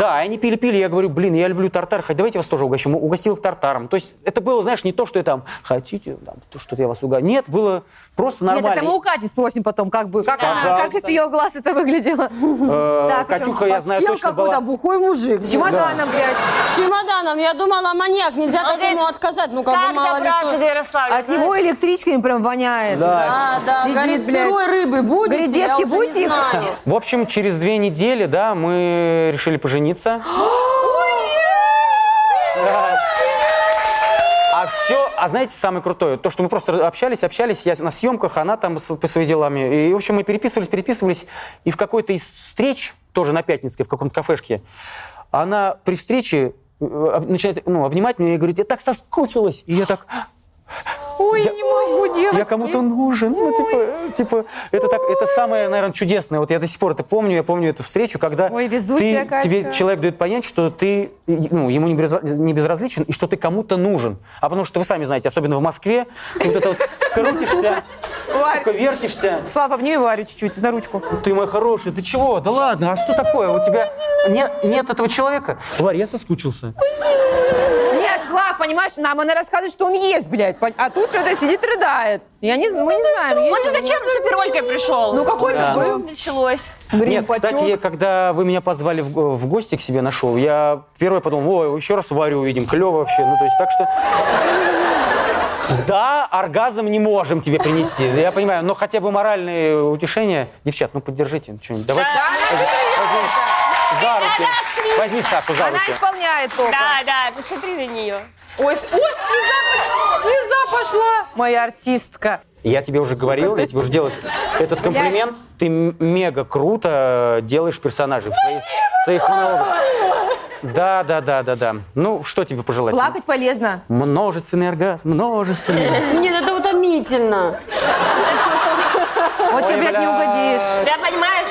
Да, и они пили-пили, я говорю, блин, я люблю тартар, хоть давайте я вас тоже угощу. М, Угостил их тартаром. То есть это было, знаешь, не то, что я там, хотите, там, то, что я вас угощу. Нет, было просто Нет, нормально. это мы у Кати спросим потом, как бы, как, она, Пожалуйста. как из ее глаз это выглядело. Э, Так, Катюха, я знаю, Сел точно была... какой-то бухой мужик. С чемоданом, блядь. С чемоданом. Я думала, маньяк. Нельзя Он такому говорит, отказать. Ну, как бы Как мало ли добраться что. до Ярославля? От него электричками прям воняет. Да, да. Сидит, говорит, блядь. сырой рыбы будете? Говорит, Я девки, уже не будете их? знаю. В общем, через две недели, да, мы решили пожениться. Да. А все, а знаете, самое крутое, то, что мы просто общались, общались, я на съемках, она там с- по своими делами. И, в общем, мы переписывались, переписывались, и в какой-то из встреч, тоже на Пятницкой, в каком-то кафешке, она при встрече э, об- начинает ну, обнимать меня и говорит, я так соскучилась. И я так, Ой, Я- не могу, девочки. я кому-то нужен. Ну, типа, э, типа, это так, это самое, наверное, чудесное. Вот я до сих пор это помню, я помню эту встречу, когда Ой, везучая ты- Катька. тебе человек дает понять, что ты, э, ну, ему не, безра- не безразличен, и что ты кому-то нужен. А потому что вы сами знаете, особенно в Москве, ты вот это вот крутишься, сука, вертишься. Слава, обними Варю чуть-чуть за ручку. Ты мой хороший, ты чего? Да ладно, а что такое? У тебя нет, нет этого человека? Варя, я соскучился. Нет, Слав, понимаешь, нам она рассказывает, что он есть, блядь. пон- А тут что-то сидит рыдает. Я не, з- мы не знаем, есть Он он ты или нет. ну, зачем с оперолькой пришел? Ну какой ты был? Началось. Нет, кстати, я- когда вы меня позвали в, го- в гости к себе на шоу, я первый подумал, о, еще раз Варю увидим, клево вообще. Ну, то есть так что... Да, оргазм не можем тебе принести, я понимаю, но хотя бы моральные утешения. Девчат, ну поддержите что-нибудь. Давайте возьмем за руки. Возьми Сашу за Она руки. исполняет только. Да, да, посмотри на нее. Ой, с- ой, слеза, слеза пошла. Моя артистка. Я тебе уже говорил, я тебе уже делал этот комплимент. Ты м- мега круто делаешь персонажей в своих, в своих монологах. Да, да, да, да, да. Ну, что тебе пожелать? Плакать полезно. Множественный (laughs) оргазм, множественный. Нет, это утомительно. Вот тебе, блядь, не бля. А угодишь. Да, понимаешь?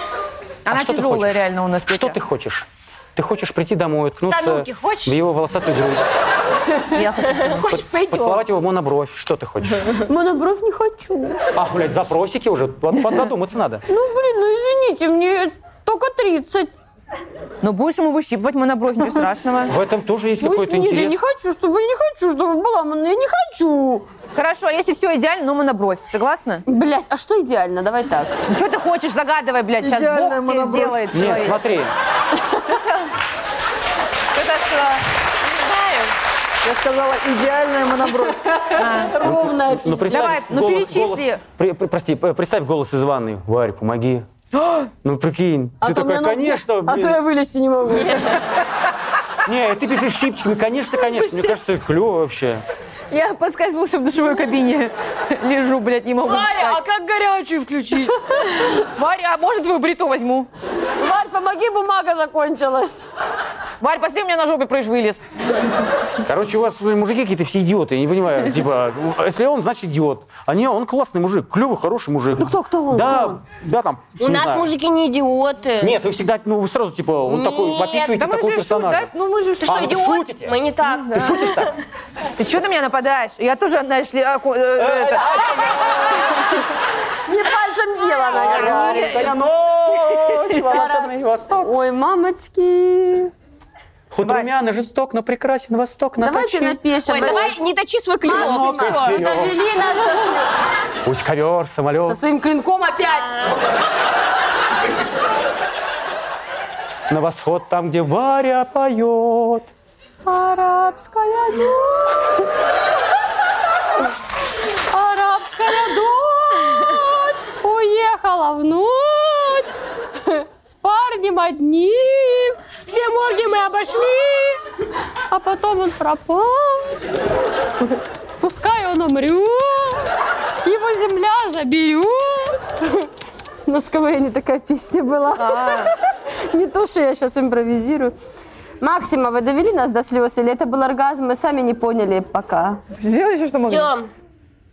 Она что ты тяжелая хочешь? реально у нас. Что Петя. ты хочешь? Ты хочешь прийти домой, уткнуться Тануки хочешь? в его волосатую грудь, Я хочу. Хочешь, пойдем. поцеловать его в монобровь. Что ты хочешь? Монобровь не хочу. А, блядь, запросики уже, под- подзадуматься надо. Ну, блин, ну извините, мне только 30. Но будешь ему выщипывать монобровь, ничего страшного. В этом тоже есть Пусть- какой-то Нет, я не интерес. хочу, чтобы не хочу, чтобы была. мон- Я не хочу. Хорошо, если все идеально, ну монобровь. Согласна? Блять, а что идеально? Давай так. Что ты хочешь? Загадывай, блядь. Сейчас Идеальная Бог тебе монобровь. сделает Нет, человек. смотри, Что ты сказала? Я сказала, идеальная монобровь. Ровная ну представь Давай, ну голос- перечисли. голос- при- при- Прости, э, представь голос из ванной. (gasps) Варь, помоги. Ну, прикинь. ты А то такой, мне ног- конечно, А то блин. я вылезти не могу. Не, и ты бежишь щипчиками, конечно, конечно. Мне (laughs) кажется, клево вообще. Я поскользнулся в душевой кабине. (laughs) Лежу, блядь, не могу Варя, а встать. как горячую включить? Варя, а может твою бриту возьму? Варь, помоги, бумага закончилась. Варь, посмотри, у меня на жопе прыж вылез. Короче, у вас вы, мужики какие-то все идиоты, я (laughs) не понимаю. Типа, если он, значит идиот. А не, он классный мужик, клевый, хороший мужик. Ну кто, кто он? Кто Да, Ну да, там. У не Ну, нас знаю. мужики не идиоты. Нет, вы всегда, ну вы сразу типа, он такой, Нет, описываете такого шутим, персонажа. ну мы же Ты что, А, вы идиот? шутите? Мы не так. Ты шутишь так? Ты что на меня нападаешь? Я тоже, знаешь ли, аку- э, это- Не пальцем дело, наверное. Стоя (laughs) ночь, волшебный восток. Ой, мамочки. Хоть румяный, жесток, но прекрасен восток. Давайте наточи. напишем. Ой, давай не точи свой А, ну, клинок. Ногой всё. вперед. Довели нас до св- Пусть ковер, со самолет. своим клинком опять. На восход там, где Варя поет. Арабская ночь. Арабская дочь уехала в ночь с парнем одним. Всем морги мы обошли, а потом он пропал. Пускай он умрет, его земля заберет. У нас в КВН такая песня была. А. Не то, что я сейчас импровизирую. Максима, вы довели нас до слез, или это был оргазм, мы сами не поняли пока. Сделай еще что могу. Тем,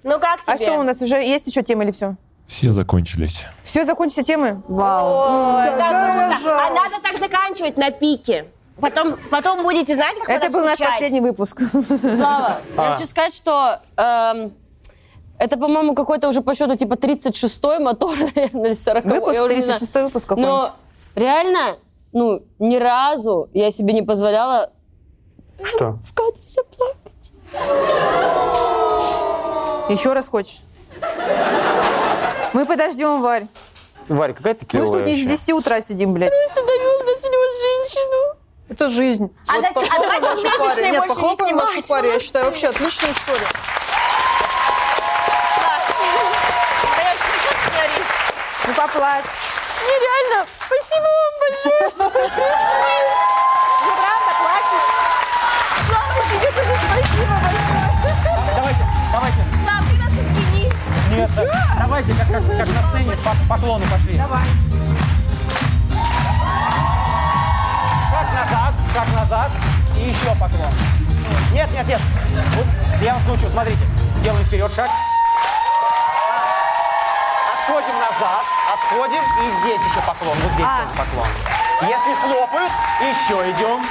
ну как тебе? А что у нас уже есть еще темы или все? Все закончились. Все, закончатся темы? Вау. Ой, как Ну, грустно. А надо так заканчивать на пике. Потом, потом будете знать, как Это надо был наш встречать. последний выпуск. (laughs) Слава, я хочу сказать, что эм, это, по-моему, какой-то уже по счету типа 36-й мотор, (laughs) наверное, или 40 Выпуск, 36-й выпуск какой-нибудь. Но реально, ну, ни разу я себе не позволяла Что? в кадре заплакать. Еще раз хочешь? Мы подождем, Варь. Варя, какая ты Мы клевая ж тут не с вообще. 10 утра сидим, блядь. Ты довел до слез женщину. Это жизнь. А зачем- а похлопаем вашу паре. Нет, похлопаем давай тут месячные больше не вашу снимать. паре. Я считаю, вообще отличная история. Понимаешь, ты что говоришь? Ну поплачь. Нереально. Спасибо вам большое, что вы пришли. Ну правда, плачешь? Слава, тебе тоже спасибо большое. Давайте, давайте. Слав, ты нас извини. Нет, давайте, как, как, как на сцене, по поклону пошли. Давай. Как назад, как назад, и еще поклон. Нет, нет, нет. Вот, я вас научу, смотрите. Делаем вперед шаг. Отходим назад, отходим, и здесь еще поклон, вот здесь тоже поклон. Если хлопают, еще идем.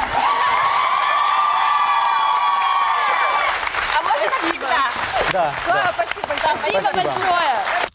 А можно так всегда? Да. Спасибо большое.